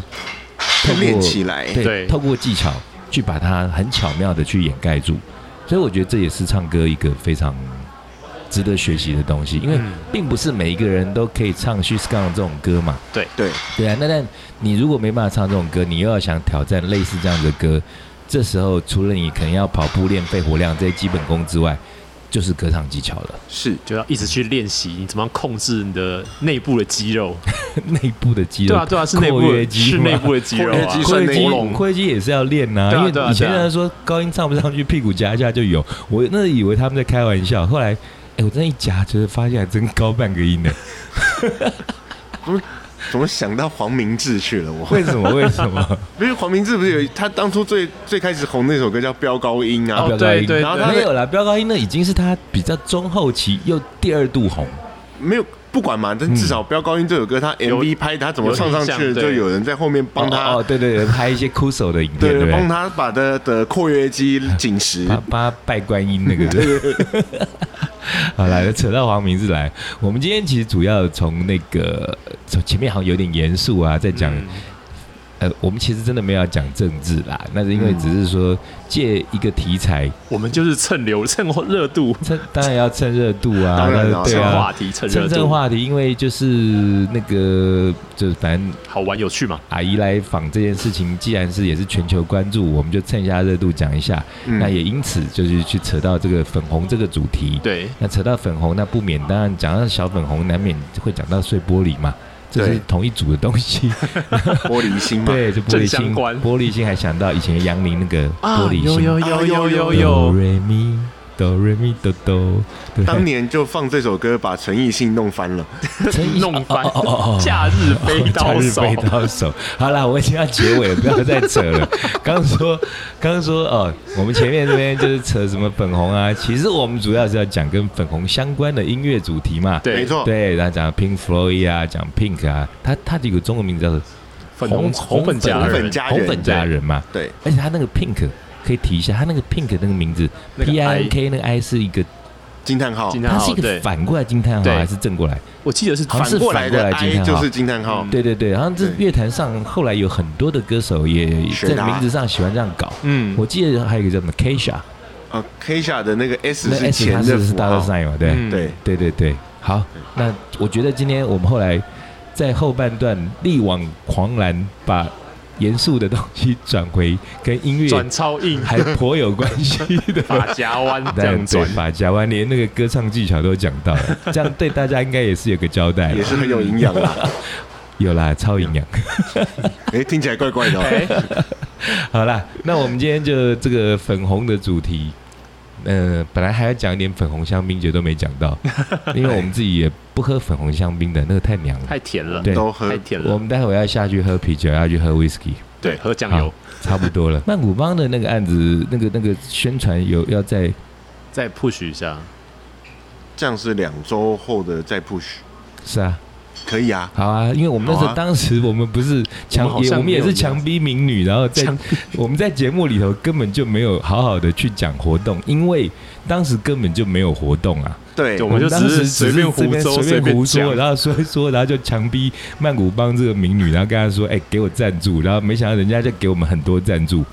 Speaker 4: 透
Speaker 2: 他
Speaker 4: 过
Speaker 2: 练起来，
Speaker 4: 对，
Speaker 3: 对
Speaker 4: 透过技巧去把它很巧妙的去掩盖住，所以我觉得这也是唱歌一个非常值得学习的东西，因为
Speaker 3: 嗯
Speaker 4: 并不是每一个人都可以唱《s h e s Gone》这种歌嘛。
Speaker 2: 对
Speaker 4: 对啊，那但你如果没办法唱这种歌，你又要想挑战类似这样的歌，这时候除了你可能要跑步练肺活量这些基本功之外，就是歌唱技巧了，
Speaker 2: 是
Speaker 3: 就要一直去练习，你怎么样控制你的内部的肌肉？
Speaker 4: 内部的肌肉，
Speaker 3: 对啊，对啊，是内部
Speaker 4: 括约
Speaker 3: 的，
Speaker 4: 肌
Speaker 3: 是
Speaker 4: 嘛
Speaker 3: 内部的肌肉
Speaker 2: 括约
Speaker 3: 啊
Speaker 2: 肌，
Speaker 4: 括
Speaker 2: 算
Speaker 4: 约
Speaker 2: 内
Speaker 4: 肌
Speaker 2: 部
Speaker 3: 龙，
Speaker 4: 括约肌也是要练呐、
Speaker 3: 对啊
Speaker 4: 因
Speaker 3: 对
Speaker 4: 为
Speaker 3: 啊
Speaker 4: 以前
Speaker 3: 对啊
Speaker 4: 人家说高音唱不上去，屁股夹一下就有。我那以为他们在开玩笑，后来，哎、我真的一夹，觉得发现还真高半 个音呢。
Speaker 2: 怎么想到黄明志去了？我
Speaker 4: 为什么？为什么？
Speaker 2: 因为黄明志不是有他当初最最开始红那首歌叫《飙高音》啊，
Speaker 3: 哦
Speaker 4: 飙高
Speaker 3: 对
Speaker 4: 音
Speaker 3: 对
Speaker 2: 然后他
Speaker 4: 没
Speaker 2: 的
Speaker 4: 有啦，飙高音那已经是他比较中后期又第二度红。
Speaker 2: 没有不管嘛，但至
Speaker 4: 嗯
Speaker 2: 少《飙高音》这首歌，他 MV 拍他怎么唱上去，
Speaker 3: 有印象对
Speaker 2: 就有人在后面帮
Speaker 4: 哦
Speaker 2: 他
Speaker 4: 哦，，对对对，拍一些哭手的影片，对
Speaker 2: 对，
Speaker 4: 不
Speaker 2: 帮
Speaker 4: 对？
Speaker 2: 他把的的括约肌紧实。
Speaker 4: 帮帮他拜观音那个是。 好来，扯到黄明志来，我们今天其实主要从那个从前面好像有点严肃啊，在讲、
Speaker 3: 嗯
Speaker 4: 呃，我们其实真的没有要讲政治啦，那是因为
Speaker 2: 嗯
Speaker 4: 只是说借一个题材，
Speaker 3: 我们就是蹭流蹭热度，
Speaker 4: 趁当然要趁热度啊，
Speaker 2: 当然
Speaker 4: 那
Speaker 2: 啊
Speaker 4: 对
Speaker 3: 蹭
Speaker 4: 啊
Speaker 3: 话，题蹭热
Speaker 4: 趁这个
Speaker 3: 度，
Speaker 4: 话题，因为就是那个就是反正
Speaker 3: 好玩有趣嘛？
Speaker 4: 阿姨来访这件事情，既然是也是全球关注，我们就蹭一下热度讲一下，
Speaker 2: 嗯
Speaker 4: 那也因此就是去扯到这个粉红这个主题，
Speaker 3: 对，
Speaker 4: 那扯到粉红，那不免当然讲到小粉红，难免会讲到碎玻璃嘛，这是
Speaker 2: 对
Speaker 4: 同一组的 东西。
Speaker 2: 玻璃心嘛，
Speaker 4: 对，这玻璃
Speaker 3: 正相
Speaker 4: 心，
Speaker 3: 关啊
Speaker 4: 玻璃心还想到以前杨林那个玻璃
Speaker 3: 有
Speaker 4: 心，哦
Speaker 3: 有有有有
Speaker 4: 哆
Speaker 3: 有，
Speaker 4: 瑞咪哆瑞咪哆哆，对
Speaker 2: 当年就放这首歌把陈奕迅弄翻了。
Speaker 4: 陈奕
Speaker 3: 弄翻
Speaker 4: 哦哦哦哦
Speaker 3: 假日 飞
Speaker 4: 假
Speaker 3: 刀
Speaker 4: 日
Speaker 3: 手，
Speaker 4: 飞刀手。好啦，我已经要结尾了，不要再扯 了。刚说，刚说哦，我们前面这边就是扯什么粉红啊，其实我们主要是要讲跟粉红相关的音乐主题嘛。
Speaker 3: 对
Speaker 2: 没错，
Speaker 4: 对，然后讲 Pink Floyd 啊，讲 Pink 啊，他他有个中文名字叫做
Speaker 3: 粉红红粉家
Speaker 2: 红粉
Speaker 3: 人，
Speaker 2: 家人
Speaker 4: 红粉佳人嘛。
Speaker 2: 对，
Speaker 4: 而且他那个 Pink 可以提一下，他那个 Pink 那个名字
Speaker 3: 那个
Speaker 4: P I N K 那个 I 是一个，
Speaker 2: 惊叹号
Speaker 3: 惊，叹
Speaker 4: 它是
Speaker 3: 号
Speaker 4: 一个
Speaker 3: 对，
Speaker 4: 反过来惊叹号
Speaker 3: 对
Speaker 4: 还是正过来？
Speaker 3: 我记得是
Speaker 4: 好像
Speaker 3: 反
Speaker 4: 是
Speaker 2: 过来的
Speaker 4: 反过来惊
Speaker 2: I
Speaker 4: 叹号
Speaker 2: 就是惊叹号
Speaker 3: 嗯。
Speaker 4: 对对对，然后这
Speaker 2: 对
Speaker 4: 乐坛上后来有很多的歌手也
Speaker 2: 学
Speaker 4: 在
Speaker 2: 他
Speaker 4: 名字上喜欢这样搞。
Speaker 3: 嗯
Speaker 4: 我记得还有一个叫什么 Kesha，
Speaker 2: 呃 k i s a 的那个 S
Speaker 4: 那
Speaker 2: 是
Speaker 4: S 它
Speaker 2: 前的
Speaker 4: 是是
Speaker 2: 符
Speaker 4: d o l
Speaker 2: 号，
Speaker 4: sign 嘛？对，
Speaker 3: 嗯
Speaker 2: 对，
Speaker 4: 对对对，好，那我觉得今天我们后来在后半段力挽狂澜，把严肃的东西转回跟音乐
Speaker 3: 转超硬，
Speaker 4: 还颇有关系 的
Speaker 3: 发夹弯这
Speaker 4: 但
Speaker 3: 样
Speaker 4: 对
Speaker 3: 转，
Speaker 4: 把夹完连那个歌唱技巧都讲到了，这样对大家应该也是有个交 代
Speaker 2: 也
Speaker 4: 了。
Speaker 2: 是很有营养 啦。
Speaker 4: 有啦，超营养。
Speaker 2: 哎，听起来怪怪的哦。
Speaker 3: 哎，
Speaker 4: 好啦，那我们今天就这个粉红的主题，呃，本来还要讲一点粉红香槟，觉得都没讲 到，因为我们自己也不喝粉红香槟的，那个太娘了。
Speaker 3: 太甜了，
Speaker 4: 对哎
Speaker 2: 都喝
Speaker 3: 太甜
Speaker 4: 我
Speaker 3: 了，
Speaker 4: 们待会要下去喝啤酒，要去喝 whisky，
Speaker 3: 对，喝酱
Speaker 4: 好
Speaker 3: 油，
Speaker 4: 差不 多了。曼谷帮的那个案子，那个那个宣传有要在
Speaker 3: 再 push 一下，
Speaker 2: 这样是两周后的再 push，
Speaker 4: 是啊，
Speaker 2: 可以啊。
Speaker 4: 好啊，因为我们那时
Speaker 2: 好
Speaker 4: 候
Speaker 2: 啊
Speaker 4: 当时我们不是强
Speaker 3: 我们好
Speaker 4: 也
Speaker 3: 像
Speaker 4: 我们也
Speaker 3: 没有
Speaker 4: 是强逼民女，然后在
Speaker 3: 强
Speaker 4: 我们在节目里头根本就没有好好的去讲活动，因为当时根本就没有活动啊。
Speaker 2: 对
Speaker 3: 对，我们就
Speaker 4: 当时
Speaker 3: 只是
Speaker 4: 只
Speaker 3: 随便
Speaker 4: 这边
Speaker 3: 胡诌
Speaker 4: 随便胡
Speaker 3: 随便讲
Speaker 4: 说，然后说一说，然后就强逼曼谷帮这个民女，然后跟她说：“哎、给我赞助。”然后没想到人家就给我们很多赞助，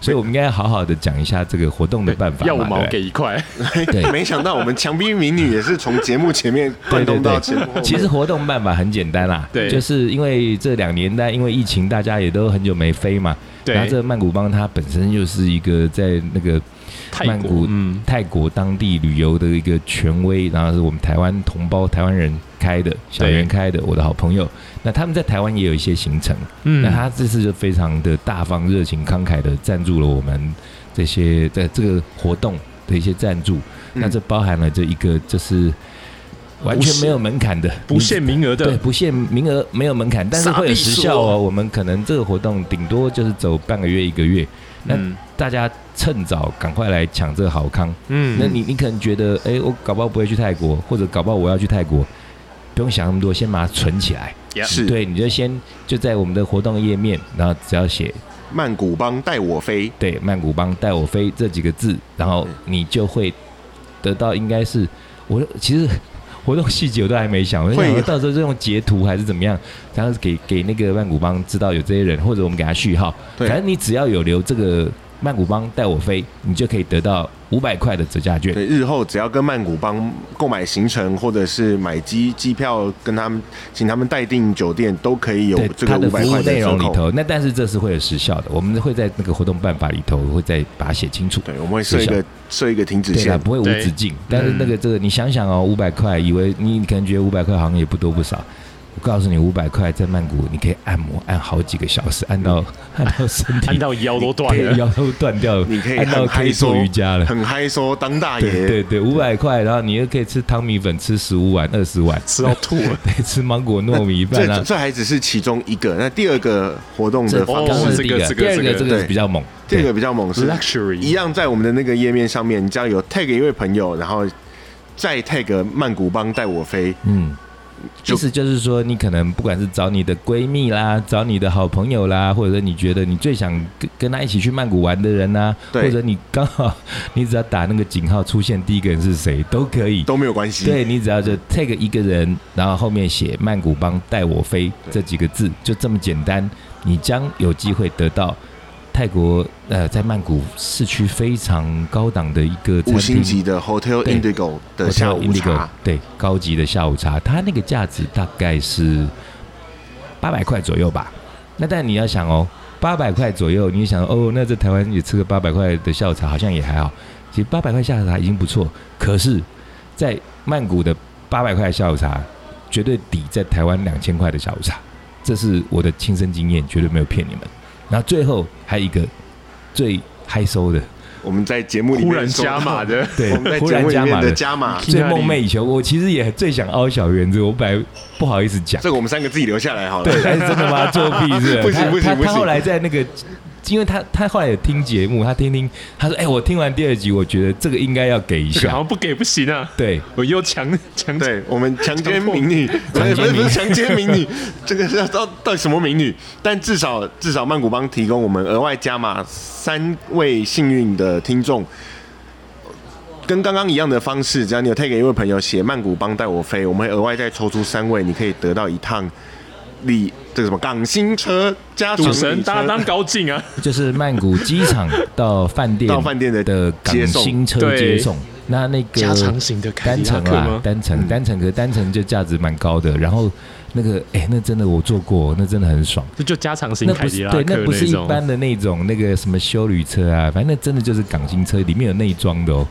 Speaker 4: 所以我们应该好好的讲一下这个活动的办法嘛。
Speaker 3: 要五毛
Speaker 4: 对不对
Speaker 3: 给一块，
Speaker 4: 对
Speaker 2: 没想到我们强逼民女也是从节目前面贯通到节目后面。
Speaker 4: 其实活动办法很简单啦，
Speaker 3: 对
Speaker 4: 就是因为这两年呢，因为疫情，大家也都很久没飞嘛。
Speaker 3: 对
Speaker 4: 然后这个曼谷帮它本身又是一个在那个
Speaker 3: 泰
Speaker 4: 曼
Speaker 3: 国
Speaker 4: 谷，
Speaker 3: 嗯，
Speaker 4: 泰国当地旅游的一个权威，然后是我们台湾同胞台湾人开的，小
Speaker 3: 对
Speaker 4: 袁开的，我的好朋友。那他们在台湾也有一些行程，
Speaker 3: 嗯
Speaker 4: 那他这次就非常的大方、热情、慷慨的赞助了我们这些在这个活动的一些赞助。
Speaker 2: 嗯
Speaker 4: 那这包含了这一个就是完全没有门槛的，
Speaker 3: 不限名额
Speaker 4: 对
Speaker 3: 的，
Speaker 4: 不限名额，没有门槛，但是会有时
Speaker 3: 傻
Speaker 4: 效
Speaker 3: 逼
Speaker 4: 哦。
Speaker 3: 说
Speaker 4: 我们可能这个活动顶多就是走半个月、一个月，那
Speaker 3: 嗯
Speaker 4: 大家趁早赶快来抢这个好康。
Speaker 3: 嗯
Speaker 4: 那你你可能觉得，哎，我搞不好不会去泰国，或者搞不好我要去泰国，不用想那么多，先把它存起来。
Speaker 2: 是
Speaker 4: 对，你就先就在我们的活动页面，然后只要写
Speaker 2: 曼谷帮带我飞，
Speaker 4: 对曼谷帮带我飞这几个字，然后你就会得到应该是我其实活动细节我都还没想，我就
Speaker 2: 会
Speaker 4: 想说到时候就用截图还是怎么样，然后给给那个曼谷帮知道有这些人，或者我们给他序号，
Speaker 2: 对
Speaker 4: 反正你只要有留这个曼谷帮带我飞，你就可以得到五百块的折价券。
Speaker 2: 对，日后只要跟曼谷帮购买行程或者是买机机票，跟他们请他们代订酒店，都可以有
Speaker 4: 对
Speaker 2: 这
Speaker 4: 它
Speaker 2: 个
Speaker 4: 的
Speaker 2: 五
Speaker 4: 服
Speaker 2: 百
Speaker 4: 务
Speaker 2: 块
Speaker 4: 内
Speaker 2: 的折
Speaker 4: 容里
Speaker 2: 扣。
Speaker 4: 头，那但是这是会有时效的，我们会在那个活动办法里头会再把它写清楚。
Speaker 2: 对，我们会设一
Speaker 4: 是
Speaker 2: 个设一个停止
Speaker 4: 对啦，
Speaker 2: 线。
Speaker 4: 不会无
Speaker 3: 对
Speaker 4: 止境。但是那个这个，你想想哦，五百块，以为你可能觉得五百块好像也不多不少。我告诉你，五百块在曼谷，你可以按摩按好几个小时，按到 按到身体
Speaker 3: 按到腰都断
Speaker 4: 对
Speaker 3: 了，
Speaker 4: 腰都断掉了，
Speaker 2: 你可以
Speaker 4: 按到
Speaker 2: 很
Speaker 4: 可
Speaker 2: 嗨
Speaker 4: 以
Speaker 2: 说
Speaker 4: 做瑜伽了。
Speaker 2: 很嗨说当大
Speaker 4: 对
Speaker 2: 爷，
Speaker 4: 对对，五百块，然后你又可以吃汤米粉，吃十五碗、二十碗，
Speaker 3: 吃到吐了。
Speaker 4: 对，吃芒果糯米
Speaker 2: 这
Speaker 4: 饭
Speaker 2: 这
Speaker 4: 啊。
Speaker 2: 这还只是其中一个。那第二个活动的
Speaker 4: 这
Speaker 2: 方
Speaker 4: 刚
Speaker 3: 哦
Speaker 2: 式，
Speaker 4: 刚是
Speaker 3: 这
Speaker 4: 第一
Speaker 3: 个
Speaker 4: 个，
Speaker 3: 这
Speaker 4: 第
Speaker 3: 个这
Speaker 4: 二个
Speaker 3: 个
Speaker 4: 这个
Speaker 2: 对
Speaker 4: 是比较猛。
Speaker 2: 第二
Speaker 4: 对
Speaker 2: 个比较猛是
Speaker 3: Luxury
Speaker 2: 一样在我们的那个页面上面，你只要有 tag 一位朋友，然后再 tag 曼谷帮带我飞，
Speaker 4: 嗯，
Speaker 2: 就
Speaker 4: 意思就是说，你可能不管是找你的闺蜜啦，找你的好朋友啦，或者是你觉得你最想跟跟他一起去曼谷玩的人呐、
Speaker 2: 对
Speaker 4: 或者你刚好你只要打那个井号出现第一个人是谁都可以。
Speaker 2: 都没有关系。
Speaker 4: 对你只要就 take 一个人，然后后面写“曼谷帮带我飞”
Speaker 2: 对
Speaker 4: 这几个字，就这么简单，你将有机会得到泰国呃在曼谷市区非常高档的一个餐
Speaker 2: 五星
Speaker 4: 厅
Speaker 2: 级的 Hotel
Speaker 4: 对
Speaker 2: Indigo
Speaker 4: 哦
Speaker 2: 的下午
Speaker 4: Indigo，
Speaker 2: 茶，
Speaker 4: 对，高级的下午茶，它那个价值大概是八百块左右吧。那但你要想哦，八百块左右，你想哦，那在台湾也吃个八百块的下午茶，好像也还好。其实八百块下午茶已经不错，可是，在曼谷的八百块下午茶，绝对抵在台湾两千块的下午茶，这是我的亲身经验，绝对没有骗你们。然后最后还有一个最嗨收的，
Speaker 2: 我们在节目里
Speaker 3: 忽
Speaker 2: 面
Speaker 3: 然
Speaker 2: 说
Speaker 3: 加
Speaker 2: 到
Speaker 3: 码的，
Speaker 4: 对，
Speaker 2: 我们在
Speaker 4: 忽
Speaker 2: 节
Speaker 4: 然
Speaker 2: 目里
Speaker 4: 加
Speaker 2: 面
Speaker 4: 码
Speaker 2: 的
Speaker 4: 的
Speaker 2: 加码，
Speaker 4: 啊最梦寐以求，我其实也最想凹小圆子，我本来不好意思讲。
Speaker 2: 这个我们三个自己留下来好了
Speaker 4: 对。，哎但是真的吗？作弊是
Speaker 2: 不行
Speaker 4: 啊他
Speaker 2: 不行
Speaker 4: 他
Speaker 2: 不行
Speaker 4: 他后来在那个，因为他他后来也听节目，他听听，他说：“哎、我听完第二集，我觉得这个应该要给一
Speaker 3: 这个好
Speaker 4: 下。
Speaker 3: 像不给不行啊！
Speaker 4: 对，
Speaker 3: 我又强 强
Speaker 2: 对，我们强奸民女，不是
Speaker 4: 强奸
Speaker 2: 不是
Speaker 4: 民女
Speaker 2: 不是强奸民女， 这个是要到到底什么民女？但至少至少曼谷帮提供我们额外加码三位幸运的听众，跟刚刚一样的方式，只要你有 tag 一位朋友写曼谷帮带我飞，我们会额外再抽出三位，你可以得到一趟礼这个什么港星车加长
Speaker 3: 赌
Speaker 2: 礼
Speaker 3: 神
Speaker 2: 车
Speaker 3: 搭档高进啊，
Speaker 4: 就是曼谷机场到饭店
Speaker 2: 到饭店的
Speaker 4: 的
Speaker 2: 接
Speaker 4: 港
Speaker 2: 送
Speaker 4: 星车
Speaker 3: 对
Speaker 4: 接送。那那个
Speaker 3: 加长型的凯
Speaker 4: 单
Speaker 3: 迪拉
Speaker 4: 程
Speaker 3: 克
Speaker 4: 啦
Speaker 3: 吗，？
Speaker 4: 单程啊单程，可是单程就价值蛮高的。然后那个，哎、那真的我坐过，那真的很爽。
Speaker 3: 这就加长型
Speaker 4: 那
Speaker 3: 凯
Speaker 4: 不
Speaker 3: 迪
Speaker 4: 是
Speaker 3: 拉克
Speaker 4: 对，那不是一
Speaker 3: 种，
Speaker 4: 般的那种那个什么修旅车啊，反正那真的就是港星车，里面有内装的哦，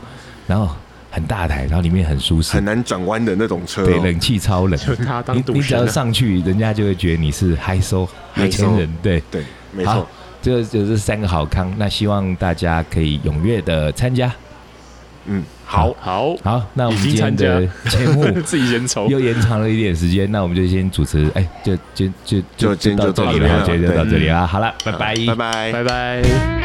Speaker 4: 然后很大台，然后里面很舒适
Speaker 2: 很，难转弯的那种车、
Speaker 4: 对，
Speaker 2: 哦，
Speaker 4: 冷气超冷。
Speaker 3: 就他当
Speaker 4: 你
Speaker 3: 赌
Speaker 4: 你只
Speaker 3: 神
Speaker 4: 要
Speaker 3: 啊。
Speaker 4: 上去，人家就会觉得你是嗨收有
Speaker 2: 嗨收
Speaker 4: 钱人，对，
Speaker 2: 对，没
Speaker 4: 好
Speaker 2: 错。，
Speaker 4: 这就是三个好康，那希望大家可以踊跃的参加。
Speaker 2: 嗯，好，
Speaker 3: 好，
Speaker 4: 好，那我们今天的
Speaker 3: 已
Speaker 4: 节目
Speaker 3: 自己先筹。
Speaker 4: 又延长了一点时间，那我们就先主持，哎，就就就
Speaker 2: 就今天就
Speaker 4: 到
Speaker 2: 到
Speaker 4: 这里
Speaker 2: 这边
Speaker 4: 了，
Speaker 2: 了
Speaker 4: 就就到
Speaker 2: 对嗯
Speaker 4: 这里了，好了，拜拜，
Speaker 2: 拜拜
Speaker 3: 拜拜。